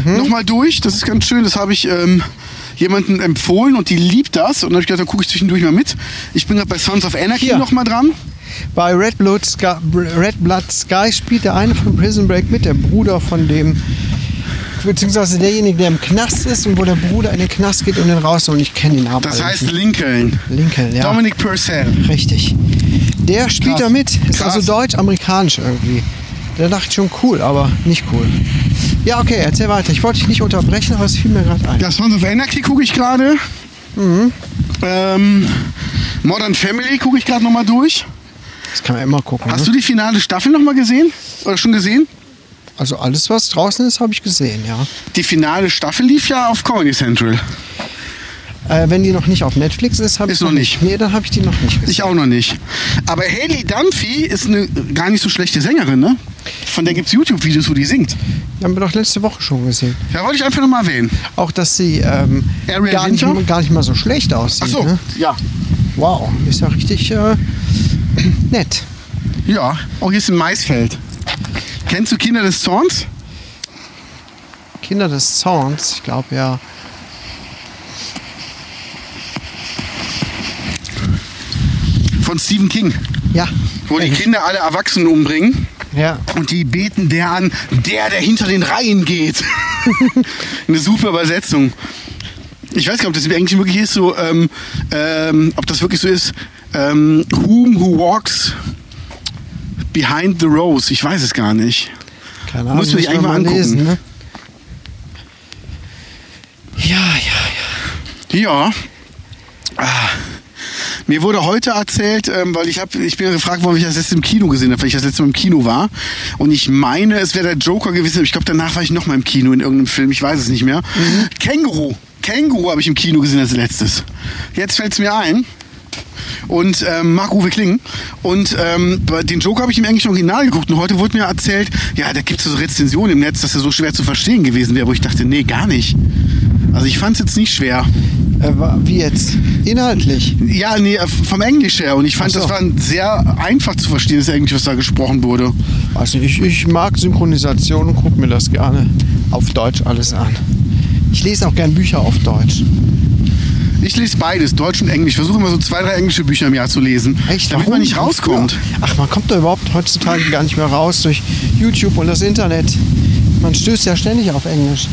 A: nochmal durch. Das ist ganz schön. Das habe ich ähm, jemanden empfohlen und die liebt das. Und dann habe ich gedacht, dann gucke ich zwischendurch mal mit. Ich bin gerade bei Sons of Anarchy
B: Hier.
A: nochmal dran.
B: Bei Red Blood, Sky, Red Blood Sky spielt der eine von Prison Break mit, der Bruder von dem, beziehungsweise derjenige, der im Knast ist und wo der Bruder in den Knast geht und den rausholt. Ich kenne den Namen.
A: Das
B: alle
A: heißt
B: nicht.
A: Lincoln.
B: Lincoln, ja.
A: Dominic Purcell.
B: Richtig. Der spielt
A: Krass.
B: da mit. Ist
A: Krass.
B: also deutsch-amerikanisch irgendwie. Da dachte ich schon cool, aber nicht cool. Ja, okay, erzähl weiter. Ich wollte dich nicht unterbrechen, aber es fiel mir gerade ein.
A: Ja, Sons of Anarchy gucke ich gerade. Mhm. Ähm, Modern Family gucke ich gerade nochmal durch.
B: Das kann man immer gucken.
A: Hast
B: Ne?
A: du die finale Staffel nochmal gesehen? Oder schon gesehen?
B: Also alles, was draußen ist, habe ich gesehen, ja.
A: Die finale Staffel lief ja auf Comedy Central.
B: Äh, wenn die noch nicht auf Netflix ist, habe ich
A: Ist noch nicht.
B: Nee, dann habe ich die noch nicht gesehen.
A: Ich auch noch nicht. Aber Haley Dunphy ist eine gar nicht so schlechte Sängerin, ne? Von der gibt's YouTube-Videos, wo die singt.
B: Die haben wir doch letzte Woche schon gesehen.
A: Da wollte ich einfach nochmal erwähnen.
B: Auch, dass sie ähm,
A: Ariel
B: gar, nicht,
A: Winter?
B: gar nicht mal so schlecht aussieht.
A: Ach so,
B: Ne?
A: Mhm. ja.
B: Wow, ist ja richtig äh, nett.
A: Ja. Oh, hier ist ein Maisfeld. Kennst du Kinder des Zorns?
B: Kinder des Zorns, ich glaube ja.
A: Von Stephen King.
B: Ja.
A: Wo die Kinder alle Erwachsenen umbringen.
B: Ja.
A: Und die beten der an, der, der hinter den Reihen geht. Eine super Übersetzung. Ich weiß gar nicht, ob das eigentlich wirklich ist, so, ähm, ähm, ob das wirklich so ist, ähm, whom who walks behind the rose. Ich weiß es gar nicht.
B: Keine
A: Muss man sich
B: müssen wir
A: eigentlich mal angucken.
B: ne? Ja, ja, ja.
A: Ja. Ah. Mir wurde heute erzählt, ähm, weil ich, hab, ich bin ja gefragt worden, ob ich das letzte im Kino gesehen habe, weil ich das letzte Mal im Kino war. Und ich meine, es wäre der Joker gewesen. aber Ich glaube, danach war ich noch mal im Kino in irgendeinem Film. Ich weiß es nicht mehr. Känguru. Känguru habe ich im Kino gesehen als letztes. Jetzt fällt es mir ein. Und ähm, Marc-Uwe Kling. Und ähm, bei- den Joker habe ich im englischen Original geguckt. Und heute wurde mir erzählt, ja, da gibt es so Rezensionen im Netz, dass er so schwer zu verstehen gewesen wäre. Wo ich dachte, nee, gar nicht. Also ich fand es jetzt nicht schwer.
B: Äh, wa- wie jetzt? Inhaltlich.
A: Ja, nee, äh, vom Englisch her. Und ich fand,
B: Ach so.
A: das war ein sehr einfach zu verstehendes Englisch, was da gesprochen wurde.
B: Weiß nicht, Also ich, ich mag Synchronisation und gucke mir das gerne auf Deutsch alles an. Ich lese auch gern Bücher auf Deutsch.
A: Ich lese beides, Deutsch und Englisch. Versuche immer so zwei, drei englische Bücher im Jahr zu lesen. Damit man
B: Warum?
A: nicht rauskommt.
B: Ach, man kommt da überhaupt heutzutage gar nicht mehr raus durch YouTube und das Internet. Man stößt ja ständig auf Englisch.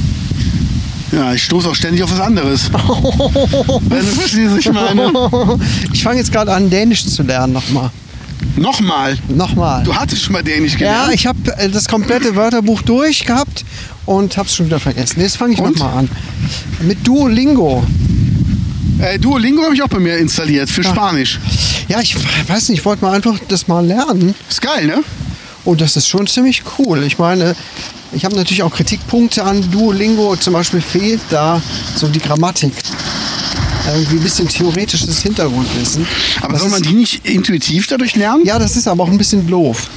A: Ja, ich stoße auch ständig auf was anderes. Wenn du verstehst, was ich meine.
B: Ich fange jetzt gerade an, Dänisch zu lernen nochmal.
A: Nochmal.
B: Nochmal.
A: Du ne? hattest schon mal Dänisch
B: Ja,
A: gelernt.
B: ich habe das komplette Wörterbuch durch gehabt und habe es schon wieder vergessen. Jetzt fange ich
A: Und?
B: nochmal an. Mit Duolingo.
A: äh, Duolingo habe ich auch bei mir installiert für Spanisch.
B: Ja, ich weiß nicht, ich wollte mal einfach das mal lernen.
A: Ist geil, ne?
B: Und Oh, das ist schon ziemlich cool. Ich meine, ich habe natürlich auch Kritikpunkte an Duolingo. Zum Beispiel fehlt da so die Grammatik. Irgendwie ein bisschen theoretisches Hintergrundwissen.
A: Aber
B: Das
A: soll man
B: ist-
A: die nicht intuitiv dadurch lernen?
B: Ja, das ist aber auch ein bisschen doof.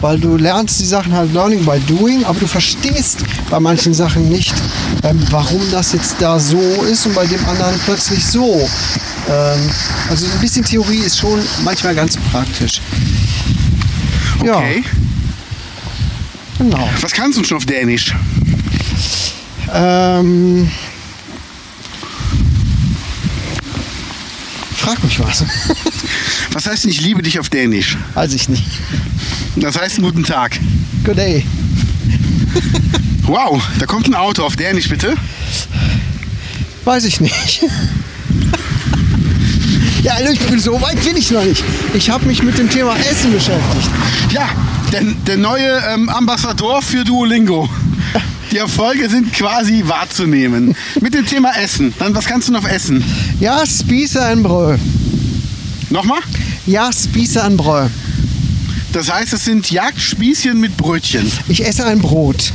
B: Weil du lernst die Sachen halt learning by doing, aber du verstehst bei manchen Sachen nicht, ähm, warum das jetzt da so ist und bei dem anderen plötzlich so. Ähm, also ein bisschen Theorie ist schon manchmal ganz praktisch.
A: Okay.
B: Ja, genau.
A: Was kannst du schon auf Dänisch?
B: Ähm, frag mich was.
A: Was heißt denn, ich liebe dich auf Dänisch?
B: Weiß ich nicht.
A: Das heißt, guten Tag.
B: Good day.
A: Wow, da kommt ein Auto auf Dänisch, bitte.
B: Weiß ich nicht. ja, also ich bin, so weit bin ich noch nicht. Ich habe mich mit dem Thema Essen beschäftigt.
A: Ja, der, der neue ähm, Ambassador für Duolingo. Die Erfolge sind quasi wahrzunehmen. Mit dem Thema Essen. Dann, was kannst du noch essen?
B: Ja, Spieße an Brö.
A: Nochmal?
B: Ja, Spieße an Brö.
A: Das heißt, es sind Jagdspießchen mit Brötchen.
B: Ich esse ein Brot.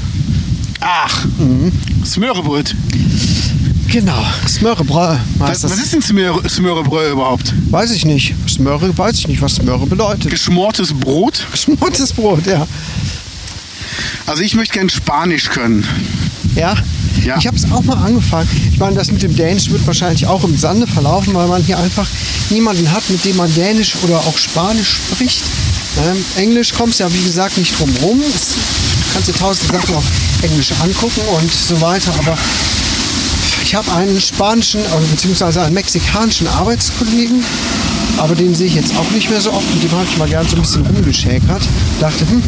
A: Ach, Smörebröt.
B: Genau. Smörrebrö
A: Was,
B: heißt
A: was
B: das.
A: ist denn Smöre, Smörebröt überhaupt?
B: Weiß ich nicht. Smörre, weiß ich nicht, was Smörre bedeutet.
A: Geschmortes Brot?
B: Schmutzes Brot, ja.
A: Also ich möchte gern Spanisch können.
B: Ja.
A: Ja.
B: Ich habe es auch mal angefangen. Ich meine, das mit dem Dänisch wird wahrscheinlich auch im Sande verlaufen, weil man hier einfach niemanden hat, mit dem man Dänisch oder auch Spanisch spricht. Ähm, Englisch kommst ja, wie gesagt, nicht drum rum. Es- Du kannst dir tausend Sachen auf Englisch angucken und so weiter, aber Ich habe einen spanischen, also beziehungsweise einen mexikanischen Arbeitskollegen, aber den sehe ich jetzt auch nicht mehr so oft. Mit dem habe ich mal gern so ein bisschen rumgeschäkert. Dachte, hm,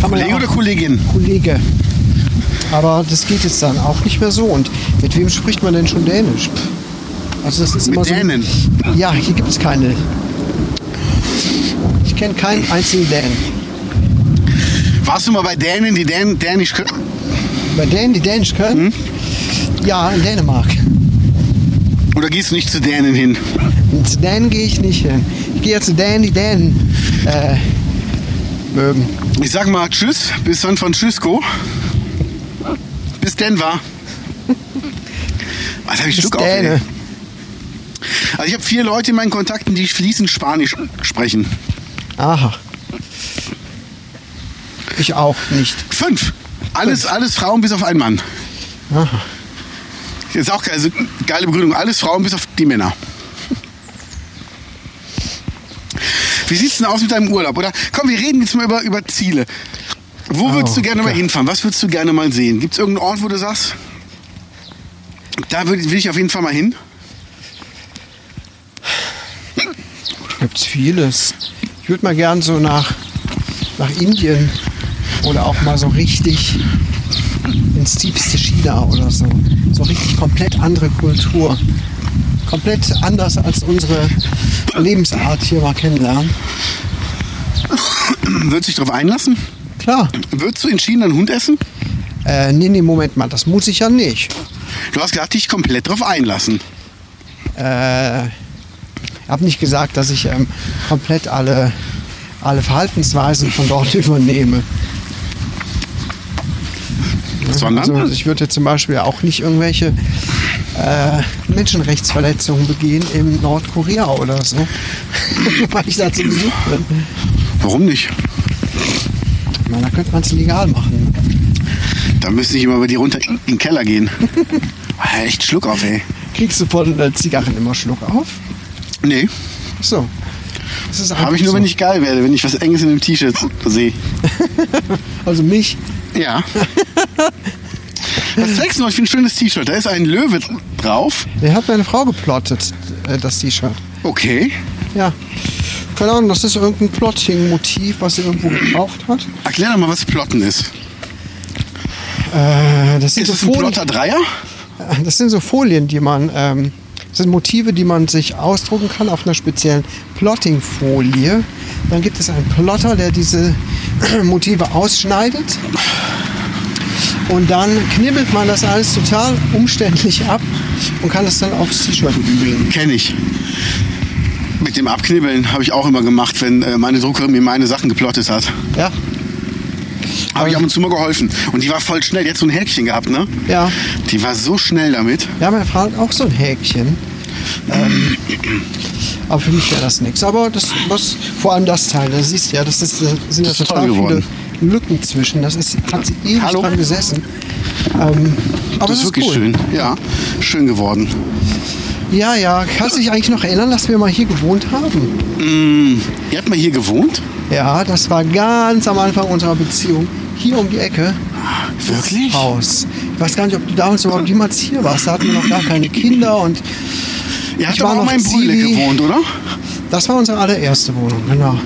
B: kann man ja
A: Kollege oder
B: auch-
A: Kollegin?
B: Kollege. Aber das geht jetzt dann auch nicht mehr so. Und mit wem spricht man denn schon Dänisch? Pff. Also das ist
A: Mit
B: immer so.
A: Dänen.
B: Ja, hier gibt es keine. Ich kenne keinen einzigen Dänen.
A: Warst du mal bei Dänen, die Dän Dänisch können?
B: Bei Dänen, die Dänisch können?
A: Hm?
B: Ja, in Dänemark.
A: Oder gehst du nicht zu Dänen hin?
B: Und zu Dänen gehe ich nicht hin. Ich gehe ja zu Dänen, die Dänen äh, mögen.
A: Ich sag mal Tschüss, bis San Francisco. Bis Denver. Was habe ich
B: Bis
A: Stück
B: Däne.
A: auf? Also ich habe vier Leute in meinen Kontakten, die fließend Spanisch sprechen.
B: Aha. Ich auch nicht.
A: Fünf. Alles, alles Frauen bis auf einen Mann.
B: Aha.
A: Jetzt auch geil, also geile Begründung. Alles Frauen bis auf die Männer. Wie sieht's denn aus mit deinem Urlaub? Oder komm, wir reden jetzt mal über, über Ziele. Wo
B: Oh,
A: würdest du gerne mal
B: Gott.
A: hinfahren? Was würdest du gerne mal sehen? Gibt es irgendeinen Ort, wo du sagst, da würd, will ich auf jeden Fall mal hin?
B: Gibt's vieles. Ich würde mal gern so nach, nach Indien oder auch mal so richtig ins tiefste China oder so. So richtig komplett andere Kultur. Komplett anders als unsere Lebensart hier mal kennenlernen.
A: Würdest du dich darauf einlassen?
B: Klar.
A: Würdest du in China einen Hund essen?
B: Äh, nee, nee, Moment mal, das muss ich ja nicht.
A: Du hast gesagt, dich komplett darauf einlassen.
B: Äh, habe nicht gesagt, dass ich ähm, komplett alle, alle Verhaltensweisen von dort übernehme.
A: Sondern?
B: Also ich würde zum Beispiel auch nicht irgendwelche äh, Menschenrechtsverletzungen begehen in Nordkorea oder so, weil ich da zu Besuch bin.
A: Warum nicht?
B: Ich meine, da könnte man es legal machen. Ne?
A: Da müsste ich immer über die runter in den Keller gehen. Echt Schluck auf, ey.
B: Kriegst du von der Zigarren immer Schluck auf?
A: Nee,
B: So. Das ist einfach
A: habe ich nur,
B: so.
A: wenn ich geil werde, wenn ich was Enges in dem T-Shirt sehe.
B: Also mich.
A: Ja. Was trägst du noch? Ich finde ein schönes T-Shirt. Da ist ein Löwe drauf.
B: Der hat meine Frau geplottet, äh, das T-Shirt.
A: Okay.
B: Ja. Keine Ahnung, das ist irgendein Plotting-Motiv, was sie irgendwo gekauft hat.
A: Erklär doch mal, was Plotten ist.
B: Äh, das
A: Ist
B: sind so
A: das ein
B: Folien,
A: plotter Dreier?
B: das sind so Folien, die man, ähm, das sind Motive, die man sich ausdrucken kann auf einer speziellen Plotting-Folie. Dann gibt es einen Plotter, der diese Motive ausschneidet. Und dann knibbelt man das alles total umständlich ab und kann es dann aufs T-Shirt bügeln.
A: Kenne ich. Mit dem Abknibbeln habe ich auch immer gemacht, wenn äh, meine Druckerin mir meine Sachen geplottet hat.
B: Ja,
A: Habe ich ab und zu mal geholfen. Und die war voll schnell. Die hat so ein Häkchen gehabt, ne?
B: ja.
A: Die war so schnell damit.
B: Ja, meine Frau hat auch so ein Häkchen. Ähm, aber für mich wäre das nichts. Aber das, was, vor allem das Teil, da siehst du ja, das ist, da sind
A: Das
B: ja
A: ist
B: total
A: toll
B: viele
A: geworden.
B: Lücken zwischen. Das ist, hat sie ewig
A: Hallo?
B: dran gesessen. Ähm, aber
A: das ist wirklich
B: cool.
A: schön. Ja, schön geworden.
B: Ja, ja. Kannst du dich eigentlich noch erinnern, dass wir mal hier gewohnt haben?
A: Mm, ihr habt mal hier gewohnt?
B: Ja, das war ganz am Anfang unserer Beziehung. Hier um die Ecke.
A: Wirklich?
B: Haus. Ich weiß gar nicht, ob du damals überhaupt jemals hier warst. Da hatten wir noch gar keine Kinder und
A: Ihr habt
B: war
A: aber auch
B: noch
A: mal in Brühle
B: Zivi.
A: gewohnt, oder?
B: Das war unsere allererste Wohnung, genau.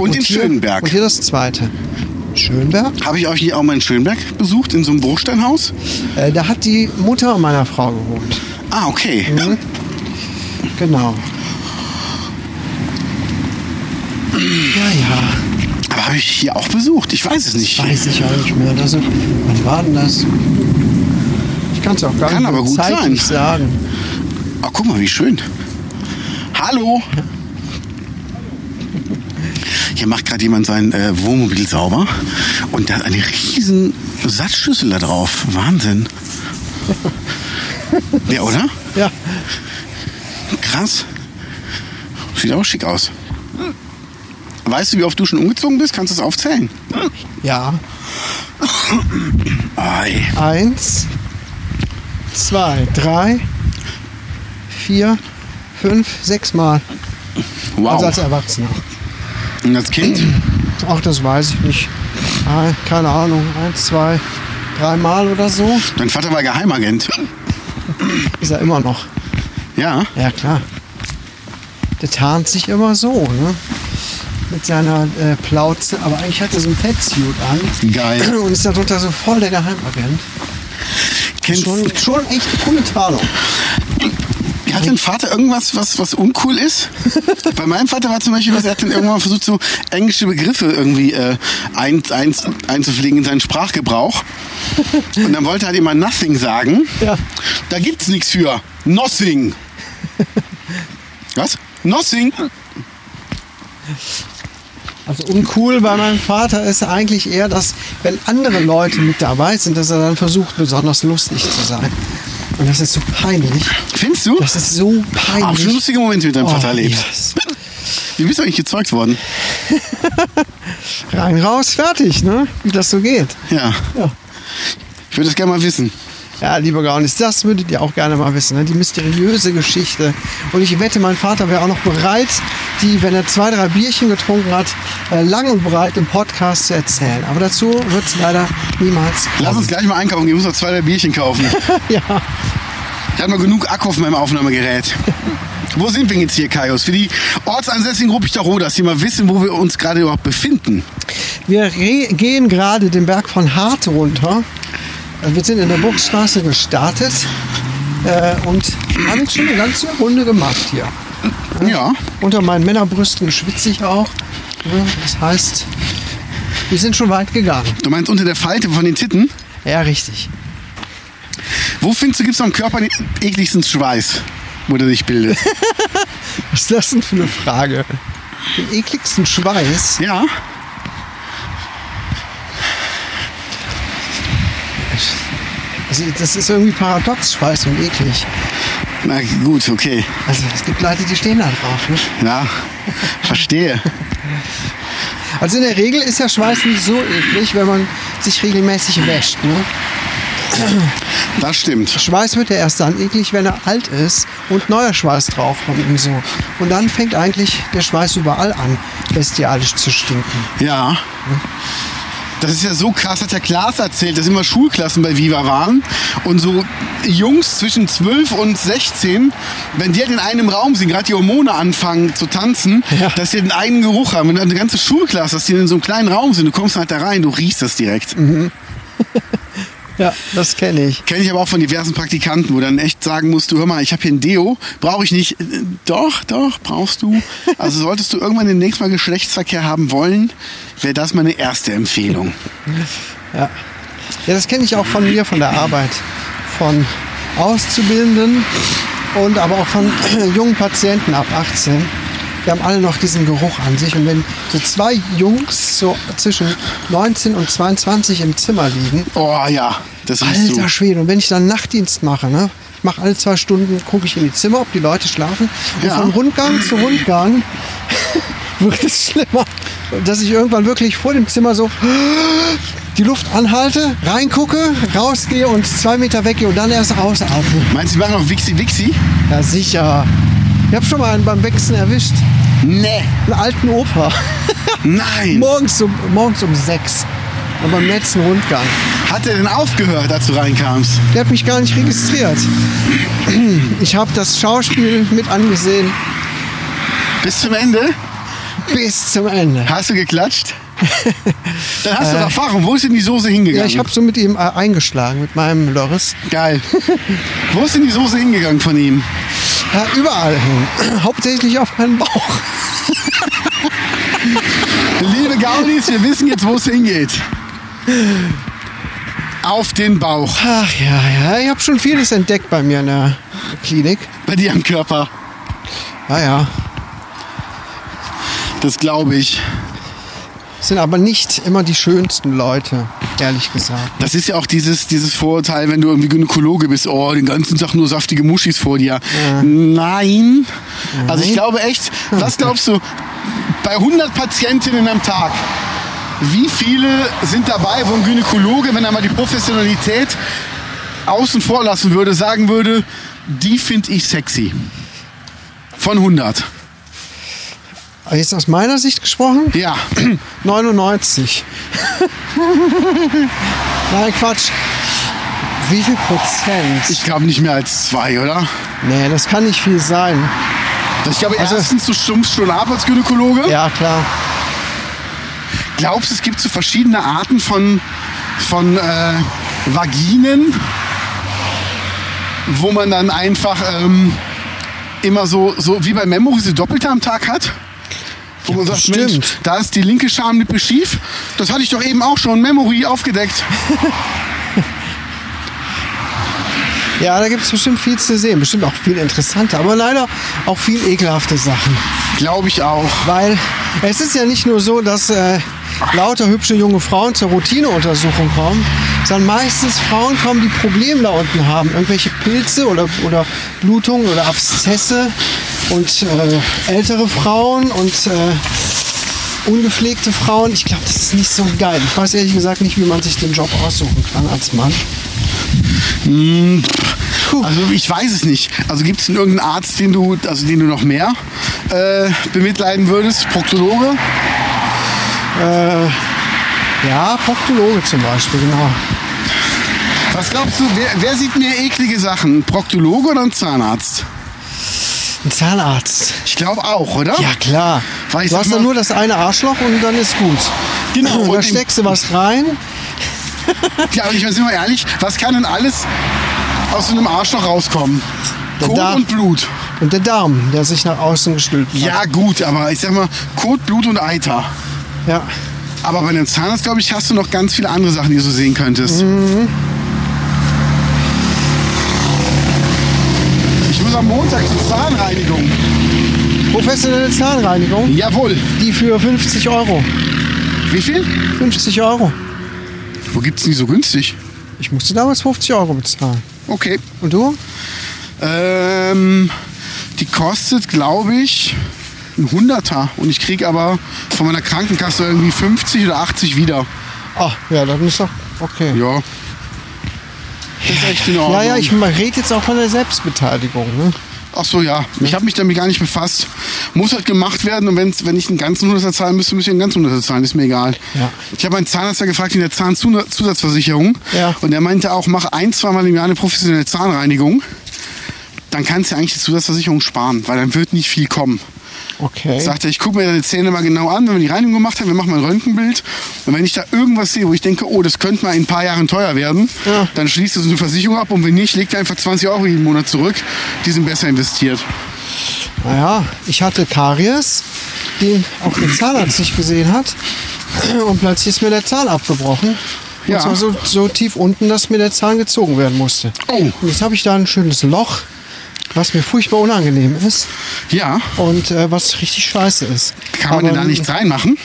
A: Und in
B: hier,
A: Schönberg.
B: Und hier das zweite. Schönberg.
A: Habe ich euch nicht auch mal in Schönberg besucht, in so einem Bruchsteinhaus?
B: Äh, da hat die Mutter meiner Frau gewohnt.
A: Ah, okay.
B: Mhm. Genau. Ja, ja.
A: Aber habe ich hier auch besucht? Ich weiß es nicht.
B: Weiß ich auch nicht mehr. Das, ist- was war denn das? Ich kann es auch gar
A: Kann
B: nicht
A: aber gut
B: zeitlich
A: sein.
B: sagen.
A: Oh, guck mal, wie schön. Hallo. Hier macht gerade jemand sein äh, Wohnmobil sauber und da hat eine riesen Satzschüssel da drauf. Wahnsinn. Ja, oder?
B: Ja,
A: Krass. Sieht auch schick aus. Weißt du, wie oft du schon umgezogen bist? Kannst du es aufzählen?
B: ja.
A: Ei.
B: Eins, zwei, drei, vier, fünf, sechs Mal.
A: Wow.
B: Also als Erwachsener.
A: Und als Kind?
B: Auch das weiß ich nicht. Ah, Keine Ahnung, eins, zwei, dreimal oder so.
A: Dein Vater war Geheimagent.
B: Ist er immer noch.
A: Ja,
B: Ja, klar. Der tarnt sich immer so, ne? Mit seiner äh, Plauze. Aber eigentlich hat er so ein Fettsuit an.
A: Geil.
B: Und ist darunter so voll der Geheimagent.
A: kennst,
B: Schon, schon echt eine coole Tarnung.
A: Hat dein Vater irgendwas, was, was uncool ist? Bei meinem Vater war zum Beispiel was, er hat dann irgendwann versucht, so englische Begriffe irgendwie äh, ein, ein, einzupflegen in seinen Sprachgebrauch. Und dann wollte er halt immer nothing sagen.
B: Ja.
A: Da gibt's nichts für. Nothing. Was? Nothing?
B: Also uncool bei meinem Vater ist eigentlich eher, dass wenn andere Leute mit dabei sind, dass er dann versucht, besonders lustig zu sein. Und das ist so peinlich.
A: Findest du? Ah,
B: Das ist so
A: Hab schon
B: peinlich.
A: lustige Momente mit deinem Vater erlebt.
B: Oh, yes.
A: Wie bist du eigentlich gezeugt worden?
B: Rein, raus, fertig, ne? Wie das so geht.
A: Ja.
B: Ja.
A: Ich würde das gerne mal wissen.
B: Ja, lieber Gaunis, das würdet ihr auch gerne mal wissen, ne? die mysteriöse Geschichte. Und ich wette, mein Vater wäre auch noch bereit, die, wenn er zwei, drei Bierchen getrunken hat, äh, lang und breit im Podcast zu erzählen. Aber dazu wird es leider niemals kommen.
A: Lass uns gleich mal einkaufen gehen. Ich muss noch zwei, drei Bierchen kaufen.
B: Ja,
A: Ich habe noch genug Akku auf meinem Aufnahmegerät. Wo sind wir jetzt hier, Kaius? Für die ortsansässigen Ruppichtarodas, die mal wissen, wo wir uns gerade überhaupt befinden.
B: wir re- gehen gerade den Berg von Harte runter. Äh, Wir sind in der Burgstraße gestartet äh, und haben schon eine ganze Runde gemacht hier.
A: Ja.
B: Unter meinen Männerbrüsten schwitze ich auch. ne? Das heißt, wir sind schon weit gegangen.
A: Du meinst unter der Falte von den Titten?
B: Ja, richtig.
A: Wo findest du, gibt's am Körper den ekligsten Schweiß, wo der sich bildet?
B: Was ist das denn für eine Frage? Den ekligsten Schweiß?
A: ja.
B: Also das ist irgendwie paradox, Schweiß und eklig.
A: Na gut, okay.
B: Also es gibt Leute, die stehen da drauf. Ne?
A: Ja, verstehe.
B: Also in der Regel ist ja Schweiß nicht so eklig, wenn man sich regelmäßig wäscht. Ne?
A: Das stimmt.
B: Schweiß wird ja erst dann eklig, wenn er alt ist und neuer Schweiß draufkommt und so. Und dann fängt eigentlich der Schweiß überall an, bestialisch zu stinken.
A: Ja. Das ist ja so krass, hat der Klaas erzählt, dass immer Schulklassen bei Viva waren und so Jungs zwischen 12 und 16, wenn die halt in einem Raum sind, gerade die Hormone anfangen zu tanzen,
B: Ja.
A: dass die den einen Geruch haben. Und eine ganze Schulklasse, dass die in so einem kleinen Raum sind, du kommst halt da rein, du riechst das direkt.
B: Ja, das kenne ich.
A: Kenne ich aber auch von diversen Praktikanten, wo dann echt sagen musst, du hör mal, ich habe hier ein Deo, brauche ich nicht. Äh, Doch, doch, brauchst du. Also solltest du irgendwann demnächst mal Geschlechtsverkehr haben wollen, wäre das meine erste Empfehlung.
B: Ja, ja das kenne ich auch von mir, von der Arbeit, von Auszubildenden und aber auch von jungen Patienten ab 18. Die haben alle noch diesen Geruch an sich. Und wenn so zwei Jungs so zwischen 19 und 22 im Zimmer liegen,
A: Oh ja, das riechst
B: alter Schwede, und wenn ich dann Nachtdienst mache, ne? Ich mache alle zwei Stunden, gucke ich in die Zimmer, ob die Leute schlafen. Und
A: Ja.
B: von Rundgang zu Rundgang wird es schlimmer, dass ich irgendwann wirklich vor dem Zimmer so die Luft anhalte, reingucke, rausgehe und zwei Meter weggehe und dann erst ausatme.
A: du. Meinst du, die machen auch Wixi Wixi?
B: Ja, sicher. Ich habe schon mal einen beim Wechseln erwischt.
A: Nee.
B: Einen alten Opa.
A: Nein.
B: morgens, um, morgens um sechs. Und beim letzten Rundgang.
A: Hat er denn aufgehört, als du reinkamst?
B: Der hat mich gar nicht registriert. Ich habe das Schauspiel mit angesehen
A: Bis zum Ende?
B: bis zum Ende.
A: Hast du geklatscht? Dann hast du Erfahrung. Wo ist denn die Soße
B: Äh. Ja,
A: hingegangen?
B: ich habe so mit ihm äh, eingeschlagen, mit meinem Loris.
A: Geil. Wo ist denn die Soße hingegangen von ihm?
B: Ja, überall hin. Hauptsächlich auf meinen Bauch.
A: Liebe Gaudis, wir wissen jetzt, wo es hingeht. Auf den Bauch.
B: Ach ja, ja. Ich habe schon vieles entdeckt bei mir in der Klinik.
A: Bei dir am Körper.
B: Ja, ja.
A: Das glaube ich.
B: Sind aber nicht immer die schönsten Leute, ehrlich gesagt.
A: Das ist ja auch dieses, dieses Vorurteil, wenn du irgendwie Gynäkologe bist, oh, den ganzen Tag nur saftige Muschis vor dir. Nein. Also ich glaube echt, was glaubst du, bei 100 Patientinnen am Tag, wie viele sind dabei, wo ein Gynäkologe, wenn er mal die Professionalität außen vor lassen würde, sagen würde, die finde ich sexy. Von 100.
B: Aber Jetzt aus meiner Sicht gesprochen,
A: Ja,
B: 99. Nein, Quatsch. Wie viel Prozent?
A: Ich glaube nicht mehr als zwei, oder?
B: nee, das kann nicht viel sein.
A: Ich glaube,
B: Also-
A: erstens, du stumpfst schon ab als Gynäkologe.
B: Ja, klar.
A: Glaubst es gibt so verschiedene Arten von, von äh, Vaginen, wo man dann einfach ähm, immer so, so wie bei Memo diese Doppelte am Tag hat? Wo man sagt,
B: bestimmt.
A: Mensch, da ist die linke Schamlippe schief. Das hatte ich doch eben auch schon. Memory aufgedeckt.
B: Ja, da gibt es bestimmt viel zu sehen. Bestimmt auch viel interessante, aber leider auch viel ekelhafte Sachen.
A: Glaube ich auch.
B: Weil es ist ja nicht nur so, dass äh, lauter hübsche junge Frauen zur Routineuntersuchung kommen, sondern meistens Frauen kommen, die Probleme da unten haben. Irgendwelche Pilze oder, oder Blutungen oder Abszesse und äh, ältere Frauen und äh, ungepflegte Frauen. Ich glaube, das ist nicht so geil. Ich weiß ehrlich gesagt nicht, wie man sich den Job aussuchen kann als Mann. Puh.
A: Also ich weiß es nicht. Also gibt es irgendeinen Arzt, den du, also den du noch mehr äh, bemitleiden würdest? Proktologe?
B: Äh, ja, Proktologe zum Beispiel, genau.
A: Was glaubst du, wer, wer sieht mehr eklige Sachen? Ein Proktologe oder ein Zahnarzt?
B: Ein Zahnarzt.
A: Ich glaube auch, oder?
B: Ja, klar.
A: Weil ich
B: du
A: sag
B: hast dann
A: mal-
B: nur das eine Arschloch und dann ist gut.
A: Genau,
B: Und da
A: und im-
B: steckst du was rein.
A: Ja, aber ich bin mal ehrlich, was kann denn alles aus so einem Arschloch rauskommen?
B: Der
A: Kot
B: Darm.
A: und Blut.
B: Und der Darm, der sich nach außen gestülpt hat.
A: Ja, gut, aber ich sag mal, Kot, Blut und Eiter.
B: ja.
A: Aber bei einem Zahnarzt, glaube ich, hast du noch ganz viele andere Sachen, die du so sehen könntest.
B: Mhm.
A: Ich muss am Montag zur Zahnreinigung.
B: Professionelle Zahnreinigung,
A: Jawohl.
B: die für 50 Euro.
A: Wie viel?
B: 50 Euro.
A: Wo gibt's denn die so günstig?
B: Ich musste damals 50 Euro bezahlen.
A: Okay.
B: Und du?
A: Ähm, die kostet, glaube ich, ein Hunderter. Und ich krieg aber von meiner Krankenkasse irgendwie 50 oder 80 wieder.
B: Ah, ja, dann ist doch okay.
A: Ja. Das ist echt in Ordnung.
B: Ja, ja, ich rede jetzt auch von der Selbstbeteiligung. Ne?
A: Ach so, ja. Ich habe mich damit gar nicht befasst. Muss halt gemacht werden. Und wenn's, wenn ich einen ganzen Hunderter zahlen müsste, müsste ich einen ganzen Hunderter zahlen. Ist mir egal.
B: Ja.
A: Ich habe meinen Zahnarzt ja gefragt in der Zahnzusatzversicherung.
B: Ja.
A: Und er meinte auch, mach ein, zweimal im Jahr eine professionelle Zahnreinigung. Dann kannst du eigentlich die Zusatzversicherung sparen, weil dann wird nicht viel kommen.
B: Okay.
A: Sagt er, ich gucke mir deine Zähne mal genau an, wenn wir die Reinigung gemacht haben, wir machen mal ein Röntgenbild. Und wenn ich da irgendwas sehe, wo ich denke, oh, das könnte mal in ein paar Jahren teuer werden,
B: Ja.
A: dann schließt du so eine Versicherung ab und wenn nicht, legt er einfach 20 Euro jeden Monat zurück. Die sind besser investiert.
B: Naja, ich hatte Karies, den auch der Zahnarzt nicht gesehen hat. Und plötzlich ist mir der Zahn abgebrochen.
A: Ja.
B: Und zwar so, so tief unten, dass mir der Zahn gezogen werden musste.
A: Oh.
B: Und jetzt habe ich da ein schönes Loch, was mir furchtbar unangenehm ist
A: Ja,
B: und äh, was richtig scheiße ist.
A: kann man denn da nichts reinmachen?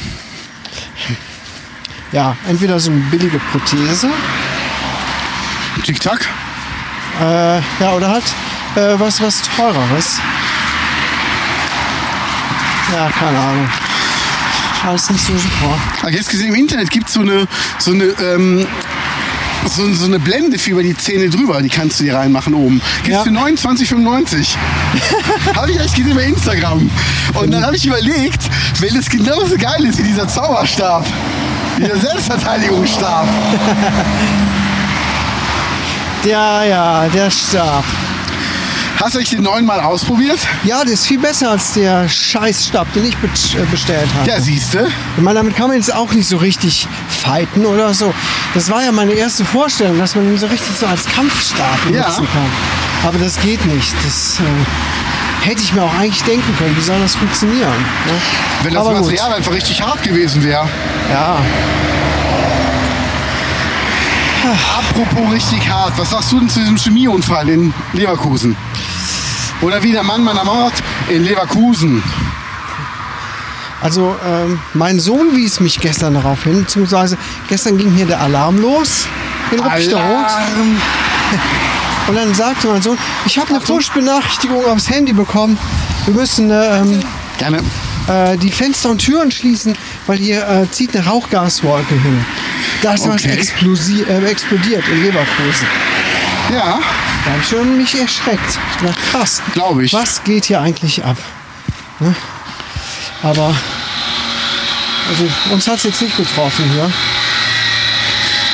B: Ja, entweder so eine billige Prothese
A: Tick-Tack.
B: äh, ja, oder halt äh, was, was teureres. Ja, keine Ahnung. Alles nicht so super.
A: Hab jetzt gesehen, im Internet gibt so eine, so eine, ähm, so, so eine Blende für über die Zähne drüber, die kannst du dir reinmachen oben. Gibt's
B: Ja.
A: für 29,95. habe ich echt gesehen bei Instagram. Und dann habe ich überlegt, wenn das genauso geil ist wie dieser Zauberstab, dieser Selbstverteidigungsstab.
B: Ja, ja, der Stab.
A: Hast du euch den neuen mal ausprobiert?
B: Ja, der ist viel besser als der Scheißstab, den ich be- äh, bestellt habe.
A: Ja, siehste.
B: Ich meine, damit kann man jetzt auch nicht so richtig fighten oder so. Das war ja meine erste Vorstellung, dass man ihn so richtig so als Kampfstab benutzen
A: Ja.
B: kann. Aber das geht nicht. Das äh, hätte ich mir auch eigentlich denken können. Wie soll das funktionieren? Ne?
A: Wenn das
B: Aber gut.
A: Material einfach richtig hart gewesen wäre.
B: Ja.
A: Apropos richtig hart, was sagst du denn zu diesem Chemieunfall in Leverkusen? Oder wie der Mann meiner Mord in Leverkusen.
B: Also ähm, mein Sohn wies mich gestern darauf hin, beziehungsweise gestern ging hier der Alarm los. Den Rupfstoß.
A: Alarm.
B: Und dann sagte mein Sohn, ich habe eine Push-Benachrichtigung aufs Handy bekommen. Wir müssen äh, ähm,
A: Gerne.
B: äh, die Fenster und Türen schließen, weil hier äh, zieht eine Rauchgaswolke hin. Da ist was
A: Okay.
B: explosi- äh, explodiert in Leverkusen.
A: Ja,
B: Da habe ich schon mich erschreckt. Na, krass.
A: Glaube ich.
B: Was geht hier eigentlich ab? Ne? Aber also, uns hat es jetzt nicht getroffen hier.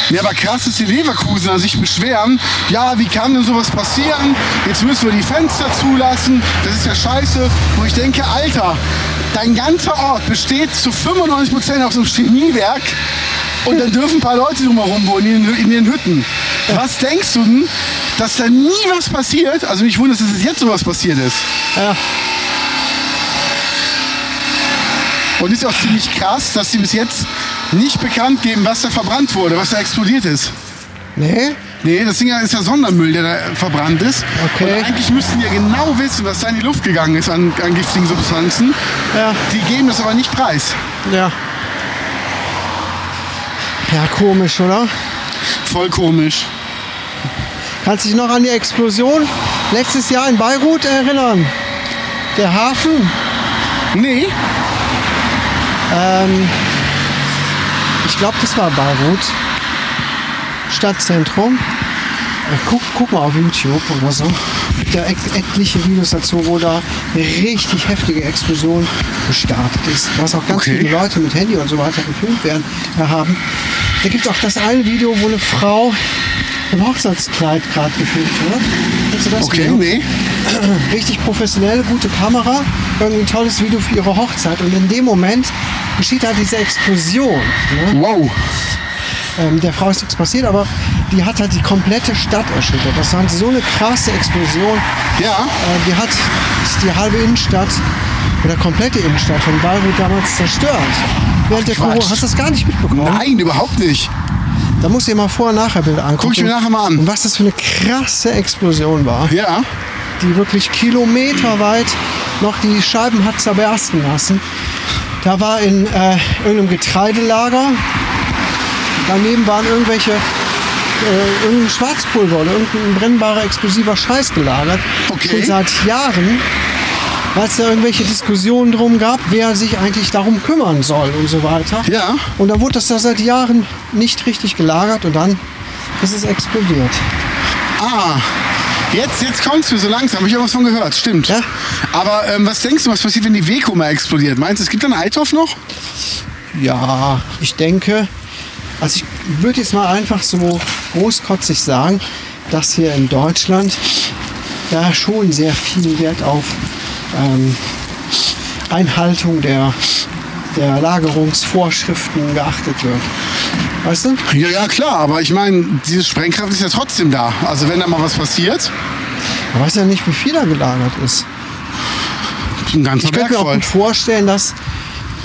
A: Ja, aber krass ist die Leverkusener sich beschweren. Ja, wie kann denn sowas passieren? Jetzt müssen wir die Fenster zulassen. Das ist ja scheiße. Wo ich denke, Alter, dein ganzer Ort besteht zu 95% aus einem Chemiewerk. Und dann dürfen ein paar Leute drumherum wohnen in den, in den Hütten. Was denkst du denn, dass da nie was passiert? Also mich wundert, dass es jetzt sowas passiert ist.
B: Ja.
A: Und ist auch ziemlich krass, dass sie bis jetzt nicht bekannt geben, was da verbrannt wurde, was da explodiert ist.
B: Nee?
A: Nee, das Ding ist ja Sondermüll, der da verbrannt ist.
B: Okay.
A: Und eigentlich müssten die ja genau wissen, was da in die Luft gegangen ist an, an giftigen Substanzen.
B: Ja.
A: Die geben das aber nicht preis.
B: Ja. Ja, komisch, oder?
A: Voll komisch.
B: Kannst dich noch an die Explosion letztes Jahr in Beirut erinnern? Der Hafen?
A: Nee,
B: Ähm, ich glaube, das war Beirut. Stadtzentrum. Äh, Guck, guck mal auf YouTube oder so. Gibt ja et etliche Videos dazu, wo da eine richtig heftige Explosion gestartet ist. Was auch ganz
A: Okay.
B: viele Leute mit Handy und so weiter gefilmt werden äh, haben. Da gibt es auch das eine Video, wo eine Frau im Hochzeitskleid gerade gefilmt wird. Kennst du das
A: okay,
B: Video?
A: nee.
B: richtig professionell, gute Kamera, irgendwie ein tolles Video für ihre Hochzeit. Und in dem Moment geschieht halt diese Explosion. Ne?
A: Wow.
B: Ähm, der Frau ist nichts passiert, aber die hat halt die komplette Stadt erschüttert. Das war so eine krasse Explosion.
A: Ja,
B: Äh, die hat die halbe Innenstadt oder komplette Innenstadt von Beirut damals zerstört. Während der
A: Quatsch.
B: Corona, hast du das gar nicht mitbekommen?
A: nein, überhaupt nicht.
B: Da musst du dir mal Vor- und Nachherbilder angucken.
A: Guck ich mir nachher mal an.
B: Und was das für eine krasse Explosion war
A: Ja,
B: die wirklich kilometerweit noch die Scheiben hat zerbersten lassen. Da war in äh, irgendeinem Getreidelager, daneben waren irgendwelche, äh, irgendein Schwarzpulver oder irgendein brennbarer explosiver Scheiß gelagert.
A: Okay.
B: Schon seit Jahren, weil es da irgendwelche Diskussionen drum gab, wer sich eigentlich darum kümmern soll und so weiter.
A: ja.
B: Und da wurde das da seit Jahren nicht richtig gelagert und dann ist es explodiert.
A: Ah, jetzt, jetzt kommst du so langsam. Hab ich irgendwas von gehört, stimmt.
B: Ja.
A: Aber ähm, was denkst du, was passiert, wenn die Weko mal explodiert? Meinst du, es gibt dann Althoff noch?
B: Ja, ich denke, also ich würde jetzt mal einfach so großkotzig sagen, dass hier in Deutschland ja schon sehr viel Wert auf ähm, Einhaltung der, der Lagerungsvorschriften geachtet wird. Weißt du?
A: Ja, ja, klar, aber ich meine, diese Sprengkraft ist ja trotzdem da. Also wenn da mal was passiert,
B: Man weiß ja nicht, wie viel da gelagert ist.
A: ein ganzer
B: Ich könnte
A: Berg
B: mir auch
A: voll.
B: gut vorstellen, dass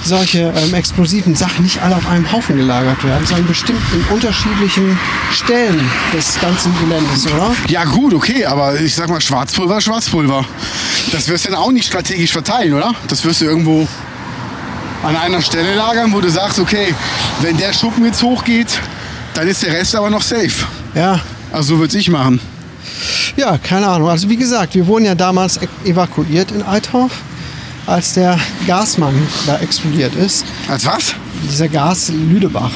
B: solche ähm, explosiven Sachen nicht alle auf einem Haufen gelagert werden, sondern bestimmt in unterschiedlichen Stellen des ganzen Geländes, oder?
A: Ja gut, okay, aber ich sag mal, Schwarzpulver, Schwarzpulver. Das wirst du dann auch nicht strategisch verteilen, oder? Das wirst du irgendwo an einer Stelle lagern, wo du sagst, okay, wenn der Schuppen jetzt hochgeht, dann ist der Rest aber noch safe.
B: Ja,
A: Also so würde ich machen.
B: ja, keine Ahnung. Also wie gesagt, wir wurden ja damals e- evakuiert in Althoff, als der Gasmann da explodiert ist.
A: Als was?
B: Dieser Gas Lüdebach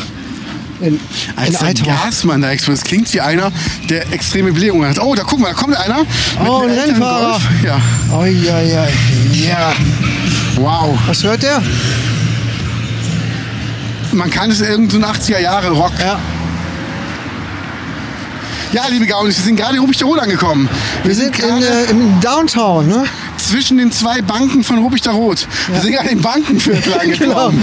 B: in, in
A: Als ein
B: Althoff.
A: Gasmann da explodiert. Das klingt wie einer, der extreme Blähungen hat. Oh, da guck mal, da kommt einer. Mit
B: Oh,
A: einem
B: ein
A: älteren
B: Rennfahrer.
A: Golf. Ja.
B: Oh, ja, ja.
A: Ja. Wow.
B: Was hört der?
A: Man kann es irgend so ein 80er Jahre Rock.
B: Ja,
A: Ja, liebe Gaunis, wir sind gerade in Rubichterol angekommen.
B: wir sind in,
A: gerade-
B: äh, im Downtown, ne?
A: zwischen den zwei Banken von Rubichter Rot. Wir sind gerade im Bankenviertel angekommen.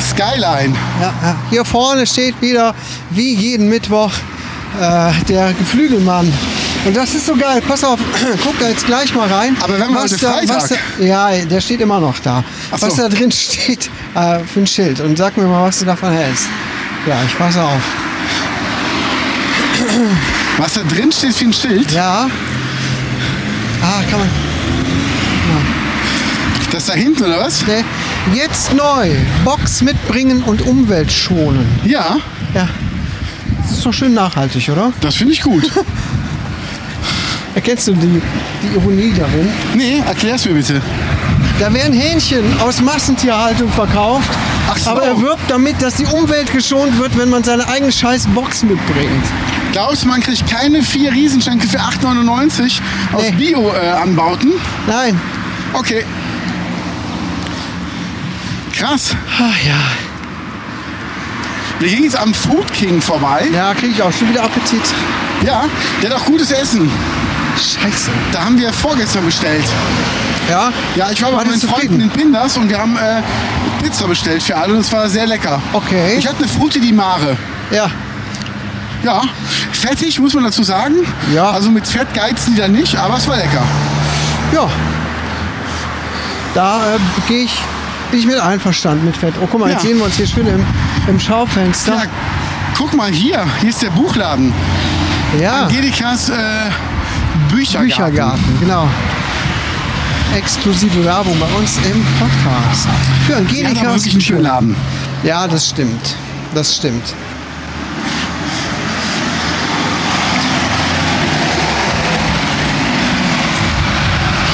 A: Skyline.
B: Ja, ja. Hier vorne steht wieder, wie jeden Mittwoch, äh, der Geflügelmann. Und das ist so geil. Pass auf, guck da jetzt gleich mal rein.
A: Aber wir haben
B: was
A: heute
B: da, was da,
A: Freitag.
B: Ja, der steht immer noch da.
A: Ach
B: Was
A: so.
B: da drin steht äh, für ein Schild. Und sag mir mal, was du davon hältst. Ja, ich passe auf.
A: Was da drin steht wie ein Schild,
B: Ja. Ah, kann man.
A: das da hinten oder was?
B: Ne? Jetzt neu. Box mitbringen und Umwelt schonen.
A: Ja,
B: Ja. Das ist doch schön nachhaltig, oder?
A: das finde ich gut.
B: Erkennst du die, die Ironie darin?
A: nee, erklär's mir bitte.
B: Da werden Hähnchen aus Massentierhaltung verkauft.
A: Ach so.
B: Aber er wirbt damit, dass die Umwelt geschont wird, wenn man seine eigene scheiß Box mitbringt.
A: Glaubst du, man kriegt keine vier Riesenschenkel für 8,99 aus
B: Nee.
A: Bio-Anbauten?
B: Nein.
A: okay. Krass. Ah,
B: Ach ja.
A: Wir gingen jetzt am Food King vorbei.
B: Ja, kriege ich auch schon wieder Appetit.
A: Ja, der hat auch gutes Essen.
B: Scheiße.
A: Da haben wir vorgestern bestellt.
B: Ja?
A: Ja, ich war bei
B: Warst
A: meinen
B: du
A: Freunden in Pinders und wir haben äh, Pizza bestellt für alle und es war sehr lecker.
B: Okay.
A: Ich hatte eine Frutti di Mare.
B: Ja.
A: Ja, fettig muss man dazu sagen.
B: Ja.
A: Also mit Fett geizen die da nicht, aber es war lecker.
B: Ja. Da äh, gehe ich, bin ich mit einverstanden mit Fett. Oh, guck mal, jetzt
A: Ja.
B: sehen wir uns hier schön im, im Schaufenster.
A: Ja, guck mal hier, hier ist der Buchladen.
B: Ja,
A: Angelikas äh, Büchergarten.
B: Ah. Büchergarten, genau. Exklusive Werbung bei uns im Podcast. Für
A: Die haben aber
B: Angelika.
A: wirklich einen schönen Laden.
B: Ja, das stimmt. Das stimmt.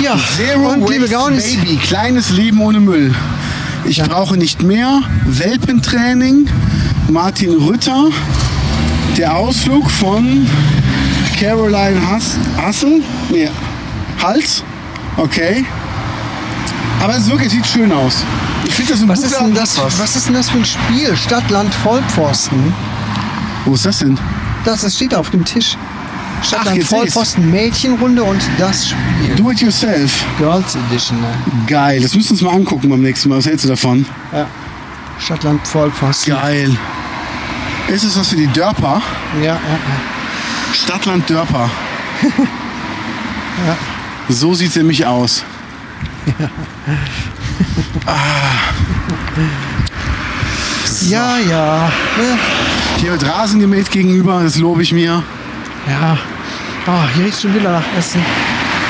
B: Ja,
A: Zero
B: und
A: Waste
B: liebe Gaunis,
A: Baby, kleines Leben ohne Müll. Ich brauche nicht mehr. Welpentraining, Martin Rütter, der Ausflug von Caroline Hass, Hassel, nee, Hals, okay. Aber es ist wirklich, es sieht schön aus. Ich finde das ein
B: was
A: guter
B: ist, denn das,
A: Kompass.
B: was ist denn das für ein Spiel? Stadt, Land, Vollpfosten.
A: Wo ist das denn?
B: Das, das steht auf dem Tisch. Stadt,
A: Ach,
B: Land,
A: jetzt seh's.
B: Vollpfosten, Mädchenrunde und das Spiel.
A: Do it yourself.
B: Girls Edition. ne?
A: Geil, das müssen wir uns mal angucken beim nächsten Mal. Was hältst du davon?
B: Ja. Stadt, Land, Vollpfosten.
A: Geil. Ist es was für die Dörper?
B: ja, ja.
A: Stadtland Dörper. So sieht's nämlich aus.
B: Ja, ja. ne?
A: Hier wird Rasen gemäht gegenüber, das lobe ich mir.
B: Ja. Ah, hier riecht schon wieder nach Essen.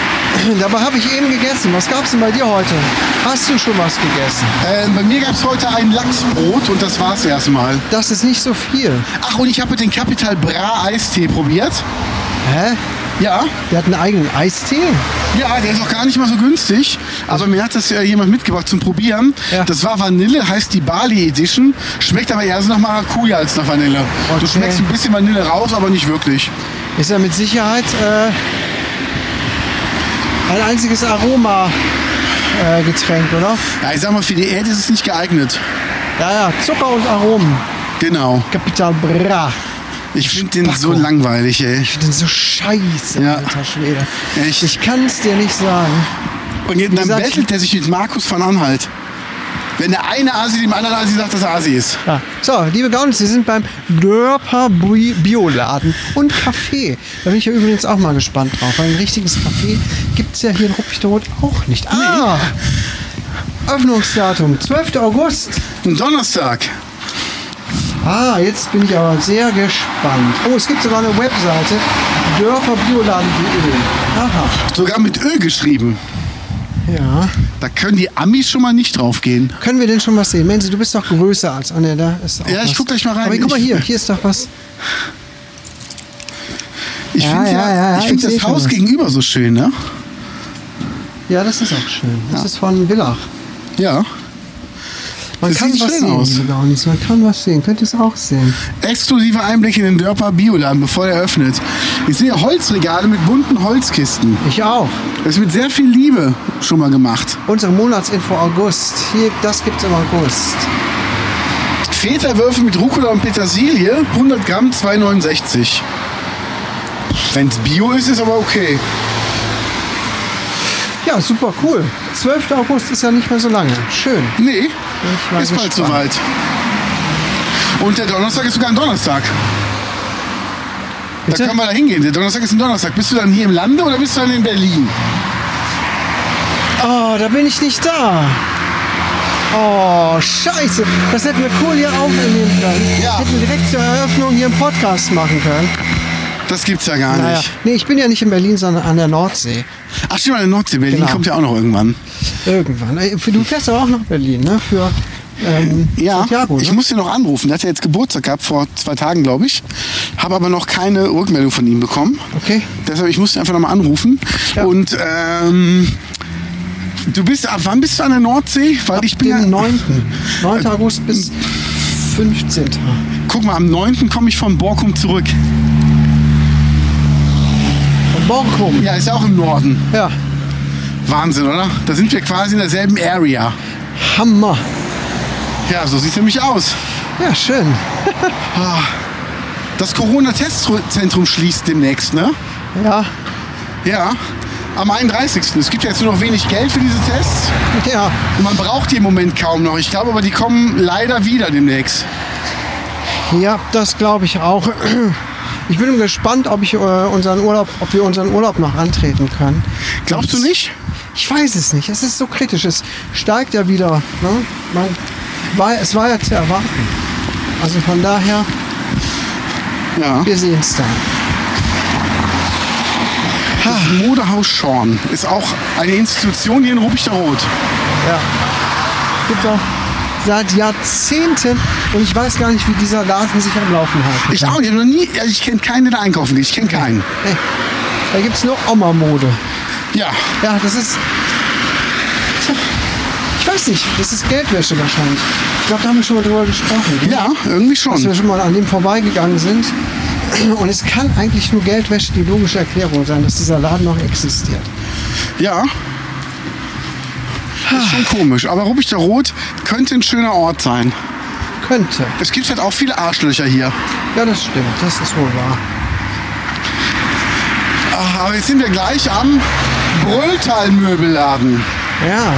B: Dabei habe ich eben gegessen. Was gab's denn bei dir heute? Hast du schon was gegessen?
A: Äh, bei mir gab's heute ein Lachsbrot und das war's erstmal.
B: Das ist nicht so viel.
A: Ach, und ich habe den Capital Bra Eistee probiert.
B: Hä?
A: Ja,
B: Der hat einen eigenen Eistee?
A: ja, der ist auch gar nicht mal so günstig. Aber mir hat das äh, jemand mitgebracht zum Probieren.
B: Ja.
A: Das war Vanille, heißt die Bali Edition. Schmeckt aber eher so nach Maracuja als nach Vanille. Du
B: Okay.
A: schmeckst ein bisschen Vanille raus, aber nicht wirklich.
B: Ist ja mit Sicherheit äh, ein einziges Aroma-Getränk, oder?
A: Ja, ich sag mal, für die Erde ist es nicht geeignet.
B: Ja, ja. Zucker und Aromen.
A: Genau.
B: Capital Bra.
A: Ich finde den so
B: Spacko.
A: langweilig, ey.
B: Ich bin so scheiße,
A: Ja.
B: alter Schwede.
A: Echt.
B: Ich kann's dir nicht sagen.
A: Und jetzt, dann
B: gesagt,
A: bettelt er sich mit Markus von Anhalt. Wenn der eine Asi dem anderen Asi sagt, dass er Asi ist.
B: Ja. So, liebe Gaunis, wir sind beim Dörper Bui- Bioladen und Café. Da bin ich ja übrigens auch mal gespannt drauf. weil Ein richtiges Café gibt es ja hier in Ruppichteroth auch nicht. Ah! Öffnungsdatum, 12. August.
A: Ein Donnerstag.
B: Ah, jetzt bin ich aber sehr gespannt. Oh, es gibt sogar eine Webseite, dörperbioladen.de. Aha,
A: Sogar mit Ö geschrieben.
B: ja.
A: Da können die Amis schon mal nicht drauf gehen.
B: Können wir denn schon was sehen? Menzi, du bist doch größer als... Ah, ne, da ist auch
A: Ja, ich
B: was.
A: guck gleich mal rein.
B: Aber guck mal
A: Ich-
B: hier, hier ist doch was.
A: Ich
B: Ja,
A: finde
B: ja, ja,
A: ich
B: ja,
A: find
B: ich seh
A: das
B: schon
A: Haus
B: was.
A: gegenüber so schön, ne?
B: Ja, das ist auch schön. Das ist von Villach.
A: Ja.
B: Man
A: Das
B: kann
A: sieht
B: was
A: schön
B: sehen,
A: aus.
B: liebe Gaunis. Man kann was sehen. Könnt ihr es auch sehen?
A: Exklusiver Einblick in den Dörper Bioladen, bevor er öffnet. Ich sehe Holzregale mit bunten Holzkisten.
B: Ich auch.
A: Das ist mit sehr viel Liebe schon mal gemacht.
B: Unsere Monatsinfo August. Hier, das gibt's im August.
A: Feta-Würfel mit Rucola und Petersilie, 100 Gramm, 2,69. Wenn es Bio ist, ist aber okay.
B: Ja, super cool. 12. August ist ja nicht mehr so lange. Schön.
A: Nee,
B: Ich war
A: ist bald
B: gespannt.
A: soweit. Und der Donnerstag ist sogar ein Donnerstag. Da
B: Bitte?
A: können wir da hingehen. Der Donnerstag ist ein Donnerstag. Bist du dann hier im Lande oder bist du dann in Berlin?
B: Oh, da bin ich nicht da. Oh, scheiße. Das hätten wir cool hier aufnehmen können.
A: Ja.
B: Hätten wir direkt zur Eröffnung hier einen Podcast machen können.
A: Das gibt's ja gar
B: Naja.
A: nicht.
B: Nee, ich bin ja nicht in Berlin, sondern an der Nordsee.
A: Ach stimmt, der Nordsee. Berlin
B: Genau.
A: kommt ja auch noch irgendwann.
B: Irgendwann. Ey, Du fährst aber auch nach Berlin, ne? Für ähm,
A: Ja,
B: Santiago, ne?
A: ich muss ihn noch anrufen. Der hat ja jetzt Geburtstag gehabt, vor zwei Tagen, glaube ich. Habe aber noch keine Rückmeldung von ihm bekommen.
B: Okay.
A: Deshalb, ich muss ihn einfach nochmal anrufen.
B: Ja.
A: Und ähm, du bist, ab wann bist du an der Nordsee? Weil ich bin
B: den
A: ja, Äh,
B: 9. 9. August bis 15.
A: Guck mal, am 9. komme ich von Borkum zurück.
B: Und Borkum.
A: Ja, ist ja auch im Norden.
B: Ja,
A: Wahnsinn, oder? Da sind wir quasi in derselben Area.
B: Hammer.
A: Ja, so sieht es nämlich aus.
B: Ja, schön.
A: Ah. Das Corona-Testzentrum schließt demnächst, ne?
B: Ja,
A: Ja. Am 31. Es gibt ja jetzt nur noch wenig Geld für diese Tests.
B: ja.
A: Und man braucht die im Moment kaum noch. Ich glaube aber, die kommen leider wieder demnächst.
B: Ja, das glaube ich auch. Ich bin gespannt, ob ich äh, unseren Urlaub, ob wir unseren Urlaub noch antreten können.
A: Glaubst du nicht?
B: Ich weiß es nicht. Es ist so kritisch. Es steigt ja wieder. Ne? Man, war, es war ja zu erwarten. Also von daher,
A: Ja.
B: wir sehen es dann.
A: Das
B: Ah.
A: Modehaus Schorn ist auch eine Institution hier in Rubichter Rot.
B: Ja. Gibt auch seit Jahrzehnten und ich weiß gar nicht, wie dieser Laden sich am Laufen hat.
A: Ich auch, ich hab noch nie, also ich kenne keinen, der da einkaufen geht. Ich kenne keinen.
B: Nee. Da gibt es nur Oma-Mode.
A: Ja.
B: Ja, das ist. Tja, Ich weiß nicht, das ist Geldwäsche wahrscheinlich. Ich glaube, da haben wir schon mal drüber gesprochen. gell?
A: Ja, irgendwie
B: Dass wir
A: schon.
B: schon mal an dem vorbeigegangen sind. Und es kann eigentlich nur Geldwäsche die logische Erklärung sein, dass dieser Laden noch existiert.
A: Ja. Ist schon komisch. Aber Rubichter Rot könnte ein schöner Ort sein.
B: Könnte.
A: Es gibt halt auch viele Arschlöcher hier.
B: Ja, das stimmt. Das ist wohl wahr.
A: Ach, aber jetzt sind wir gleich am Brölltal Möbelladen.
B: Ja.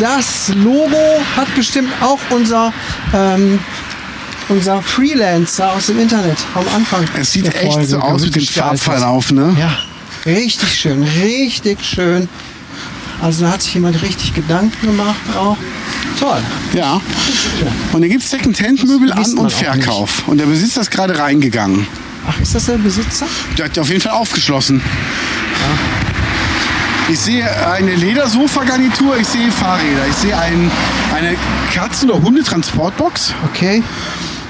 B: Das Logo hat bestimmt auch unser, ähm, unser Freelancer aus dem Internet am Anfang.
A: Es sieht
B: der
A: echt so
B: Folge
A: aus mit dem
B: mitgestaltet.
A: Farbverlauf, ne?
B: Ja, richtig schön, richtig schön. Also da hat sich jemand richtig Gedanken gemacht auch. Toll.
A: Ja. Und dann gibt es Second-Hand-Möbel
B: Das
A: an-
B: liest man
A: und
B: auch nicht.
A: Verkauf. Und der Besitzer ist gerade reingegangen.
B: Ach, ist das der Besitzer?
A: Der hat auf jeden Fall aufgeschlossen. Ich sehe eine Ledersofa-Garnitur, ich sehe Fahrräder, ich sehe ein, eine Katzen- oder Hundetransportbox,
B: Okay.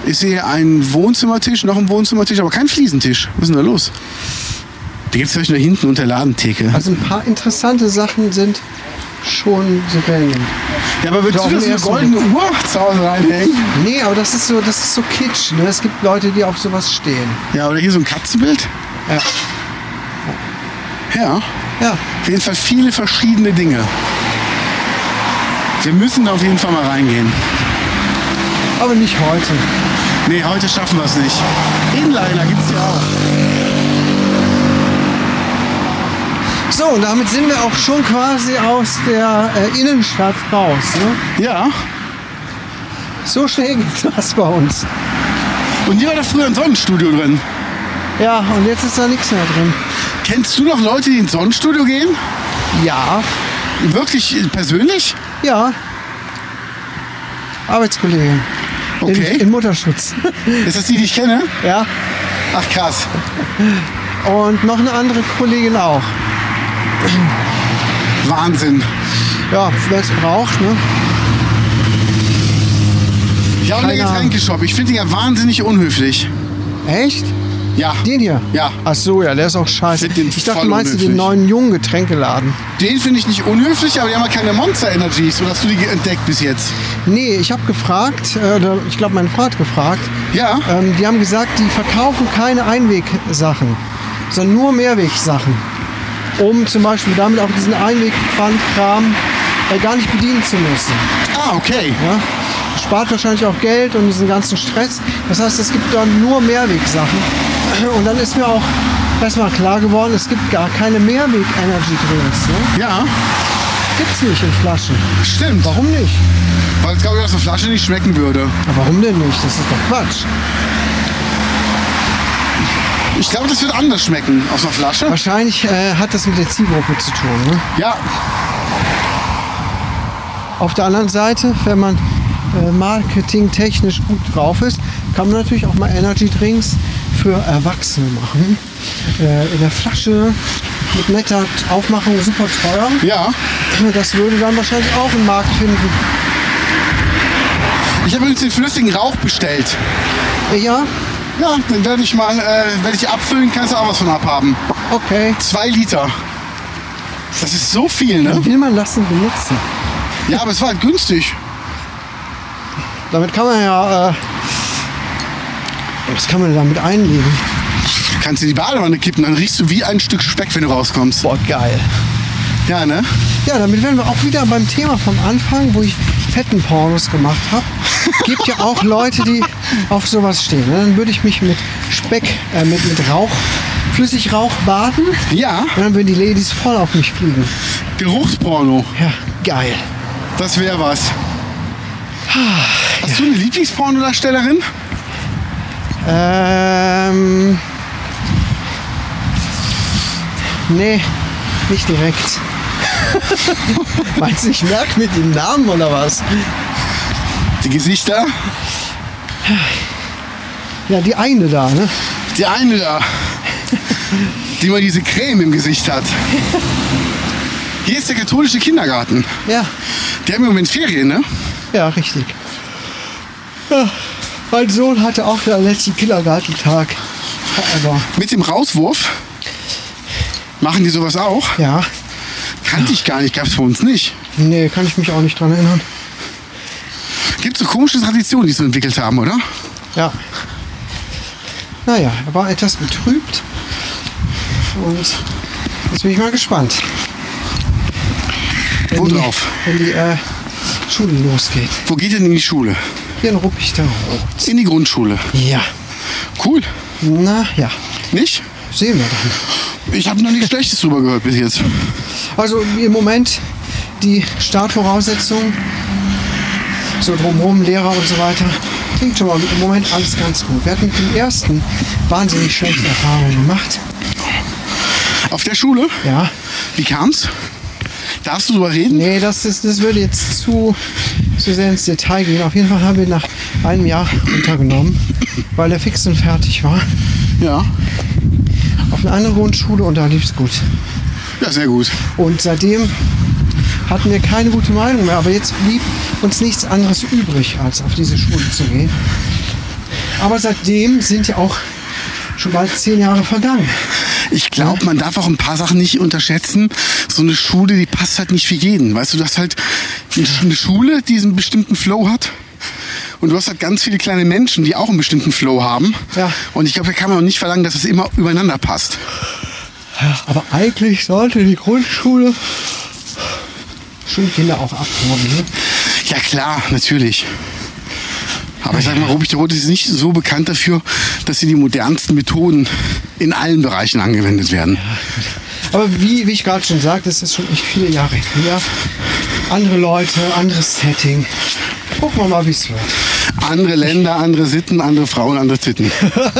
A: ich sehe einen Wohnzimmertisch, noch einen Wohnzimmertisch, aber keinen Fliesentisch. Was ist denn da los? Die gibt es vielleicht nur hinten unter der Ladentheke.
B: Also ein paar interessante Sachen sind schon so relevant.
A: Ja, aber würdest
B: Doch,
A: du da so
B: im
A: eine
B: ersten
A: goldene Uhr zu Hause reinhängen?
B: Nee, aber das ist so, das ist so kitsch. Ne? Es gibt Leute, die auf sowas stehen.
A: Ja, oder hier so ein Katzenbild?
B: Ja.
A: Ja.
B: Ja,
A: Auf jeden Fall viele verschiedene Dinge. Wir müssen da auf jeden Fall mal reingehen.
B: aber nicht heute.
A: Nee, heute schaffen wir es nicht. Inliner gibt's ja auch.
B: So, und damit sind wir auch schon quasi aus der äh, Innenstadt raus. Ne?
A: Ja.
B: So schnell geht's was bei uns.
A: Und hier war da früher ein Sonnenstudio drin.
B: Ja, und jetzt ist da nichts mehr drin.
A: Kennst du noch Leute, die ins Sonnenstudio gehen?
B: Ja,
A: Wirklich äh, persönlich?
B: ja. Arbeitskollegen.
A: Okay.
B: In, in Mutterschutz.
A: Ist das die, die ich kenne?
B: ja.
A: Ach krass.
B: Und noch eine andere Kollegin auch.
A: Wahnsinn.
B: Ja, wer es braucht, ne?
A: Ja, und der
B: Keine Ahnung.
A: Getränkeshop. Ich finde den ja wahnsinnig unhöflich.
B: Echt?
A: Ja.
B: Den hier?
A: Ja.
B: Ach so, ja, der ist auch scheiße.
A: Find den
B: Ich dachte,
A: voll
B: du meinst den
A: unhöflich.
B: neuen jungen Getränkeladen.
A: Den finde ich nicht unhöflich, aber die haben ja keine Monster Energies. So hast du die ge- entdeckt bis jetzt.
B: Nee, ich habe gefragt, äh, oder ich glaube, mein Vater hat gefragt.
A: Ja.
B: Ähm, die haben gesagt, die verkaufen keine Einwegsachen, sondern nur Mehrwegsachen. Um zum Beispiel damit auch diesen Einwegpfandkram äh, gar nicht bedienen zu müssen.
A: Ah, okay.
B: Ja? Spart wahrscheinlich auch Geld und diesen ganzen Stress. Das heißt, es gibt dann nur Mehrwegsachen. Und dann ist mir auch erstmal klar geworden, es gibt gar keine Mehrweg-Energy-Drinks. Ne?
A: Ja,
B: Gibt's nicht in Flaschen.
A: stimmt.
B: Warum nicht?
A: Weil es, glaube ich, aus der Flasche nicht schmecken würde.
B: Na, warum denn nicht? Das ist doch Quatsch.
A: Ich glaube, das wird anders schmecken aus einer Flasche.
B: Wahrscheinlich äh, hat das mit der Zielgruppe zu tun. Ne?
A: Ja,
B: Auf der anderen Seite, wenn man äh, marketingtechnisch gut drauf ist, kann man natürlich auch mal Energy Drinks für Erwachsene machen. Äh, in der Flasche mit netter Aufmachung, super teuer.
A: ja.
B: Das würde dann wahrscheinlich auch einen Markt finden.
A: Ich habe übrigens den flüssigen Rauch bestellt.
B: Ja,
A: Ja, dann werde ich mal, äh, wenn ich abfüllen, kannst du auch was von abhaben.
B: okay.
A: Zwei Liter. Das ist so viel, ne?
B: Will man lassen benutzen.
A: Ja, aber es war halt günstig.
B: Damit kann man ja. Äh, was kann man damit einlegen?
A: Kannst du in die Badewanne kippen, dann riechst du wie ein Stück Speck, wenn du rauskommst.
B: Boah, geil.
A: Ja, ne?
B: Ja, damit wären wir auch wieder beim Thema vom Anfang, wo ich fetten Pornos gemacht habe. gibt ja auch Leute, die auf sowas stehen. ne? Dann würde ich mich mit Speck, äh, mit, mit Rauch, Flüssigrauch baden.
A: Ja,
B: Und dann würden die Ladies voll auf mich fliegen.
A: Geruchsporno.
B: Ja, geil.
A: Das wäre was. Hast du eine Lieblingspornodarstellerin?
B: Ähm. Nee, nicht direkt. Meinst du, ich merke mir den Namen oder was?
A: Die Gesichter?
B: Ja, die eine da, ne?
A: Die eine da, die mal diese Creme im Gesicht hat. Hier ist der katholische Kindergarten.
B: Ja,
A: Die haben im Moment Ferien, ne?
B: ja, richtig. Ja, mein Sohn hatte auch den letzten Kindergartentag. Aber,
A: Mit dem Rauswurf machen die sowas auch.
B: ja,
A: Kannte ich gar nicht, gab's bei uns nicht.
B: nee, kann ich mich auch nicht dran erinnern.
A: Gibt so komische Traditionen, die sie entwickelt haben, oder?
B: Ja. Naja, er war etwas betrübt. Und jetzt bin ich mal gespannt. Wenn die-
A: Worauf?
B: Wenn die äh, Schule losgeht.
A: Wo geht denn in die Schule?
B: Hier in Ruppichterow.
A: In die Grundschule.
B: Ja.
A: Cool.
B: Na ja,
A: Nicht?
B: sehen wir dann.
A: Ich habe noch nichts Schlechtes drüber gehört bis jetzt.
B: Also im Moment die Startvoraussetzungen, so drumherum Lehrer und so weiter, klingt schon mal im Moment alles ganz gut. Wir hatten mit dem ersten wahnsinnig schlechte Erfahrungen gemacht.
A: Auf der Schule?
B: Ja,
A: Wie kam's? Darfst du drüber reden?
B: Nee, das, ist, das würde jetzt zu, zu sehr ins Detail gehen. Auf jeden Fall haben wir ihn nach einem Jahr untergenommen, weil er fix und fertig war.
A: Ja.
B: Auf eine andere Grundschule und da lief es gut.
A: Ja, sehr gut.
B: Und seitdem hatten wir keine gute Meinung mehr. Aber jetzt blieb uns nichts anderes übrig, als auf diese Schule zu gehen. Aber seitdem sind ja auch schon bald zehn Jahre vergangen.
A: Ich glaube, man darf auch ein paar Sachen nicht unterschätzen. So eine Schule, die passt halt nicht für jeden. Weißt du, du hast halt eine Schule, die einen bestimmten Flow hat. Und du hast halt ganz viele kleine Menschen, die auch einen bestimmten Flow haben.
B: Ja.
A: Und ich glaube, da kann man auch nicht verlangen, dass es immer übereinander passt.
B: Ja, aber eigentlich sollte die Grundschule schon Kinder auch abholen. Ne?
A: Ja klar, natürlich. Aber ich sag mal, Rubik der Rote ist nicht so bekannt dafür, dass hier die modernsten Methoden in allen Bereichen angewendet werden.
B: Aber wie, wie ich gerade schon sagte, es ist schon echt viele Jahre her. Andere Leute, anderes Setting. Gucken wir mal, wie es wird.
A: Andere Länder, andere Sitten, andere Frauen, andere Titten.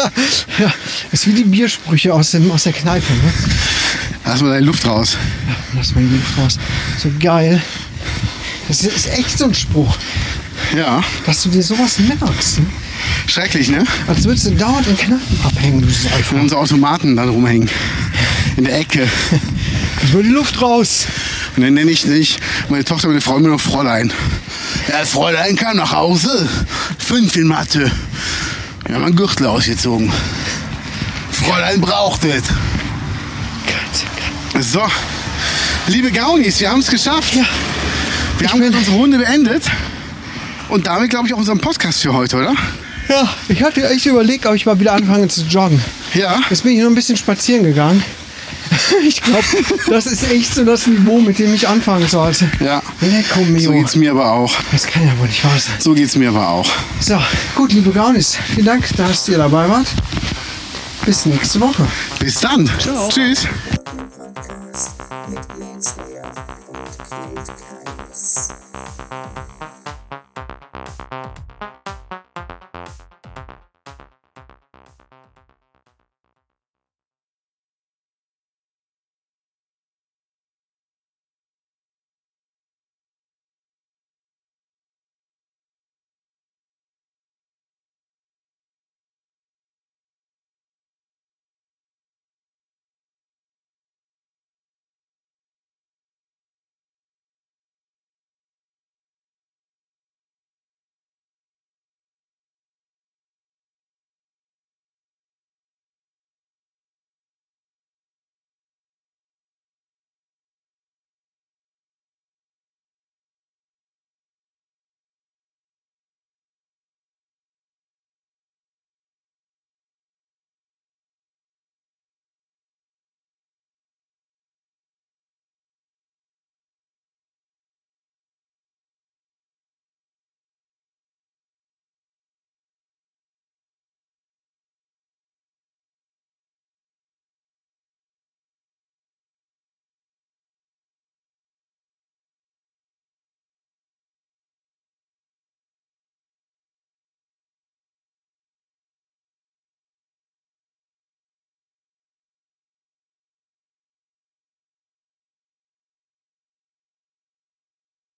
B: ja, ist wie die Biersprüche aus, dem, aus der Kneipe. Ne?
A: Lass mal deine Luft raus.
B: Ja, Lass mal die Luft raus. So geil. Das ist ist echt so ein Spruch,
A: Ja,
B: dass du dir sowas merkst. Ne?
A: schrecklich, ne?
B: Als würdest du dauernd in Kneipen abhängen, du
A: Wenn
B: Säufer.
A: unsere Automaten dann rumhängen. In der Ecke.
B: Ich will die Luft raus.
A: Und dann nenne ich nicht meine Tochter, meine Frau immer noch Fräulein. Ja, Fräulein kam nach Hause. Fünf in Mathe. Wir haben einen Gürtel ausgezogen. Fräulein braucht es. So, liebe Gaunis, wir haben es geschafft.
B: Ja.
A: wir
B: Ich
A: haben
B: bin-
A: jetzt unsere Runde beendet. Und damit, glaube ich, auch unseren Podcast für heute, oder?
B: Ja, ich hatte echt überlegt, ob ich mal wieder anfange zu joggen.
A: Ja.
B: Jetzt bin ich nur ein bisschen spazieren gegangen. Ich glaube, das ist echt so das Niveau, mit dem ich anfangen sollte.
A: Ja.
B: Leco
A: So
B: mio.
A: geht's mir aber auch.
B: das kann ja wohl nicht wahr sein.
A: So geht's mir aber auch.
B: So, gut, liebe Gaunis, vielen Dank, dass ihr dabei wart. Bis nächste Woche.
A: Bis dann.
B: Ciao.
A: Tschüss.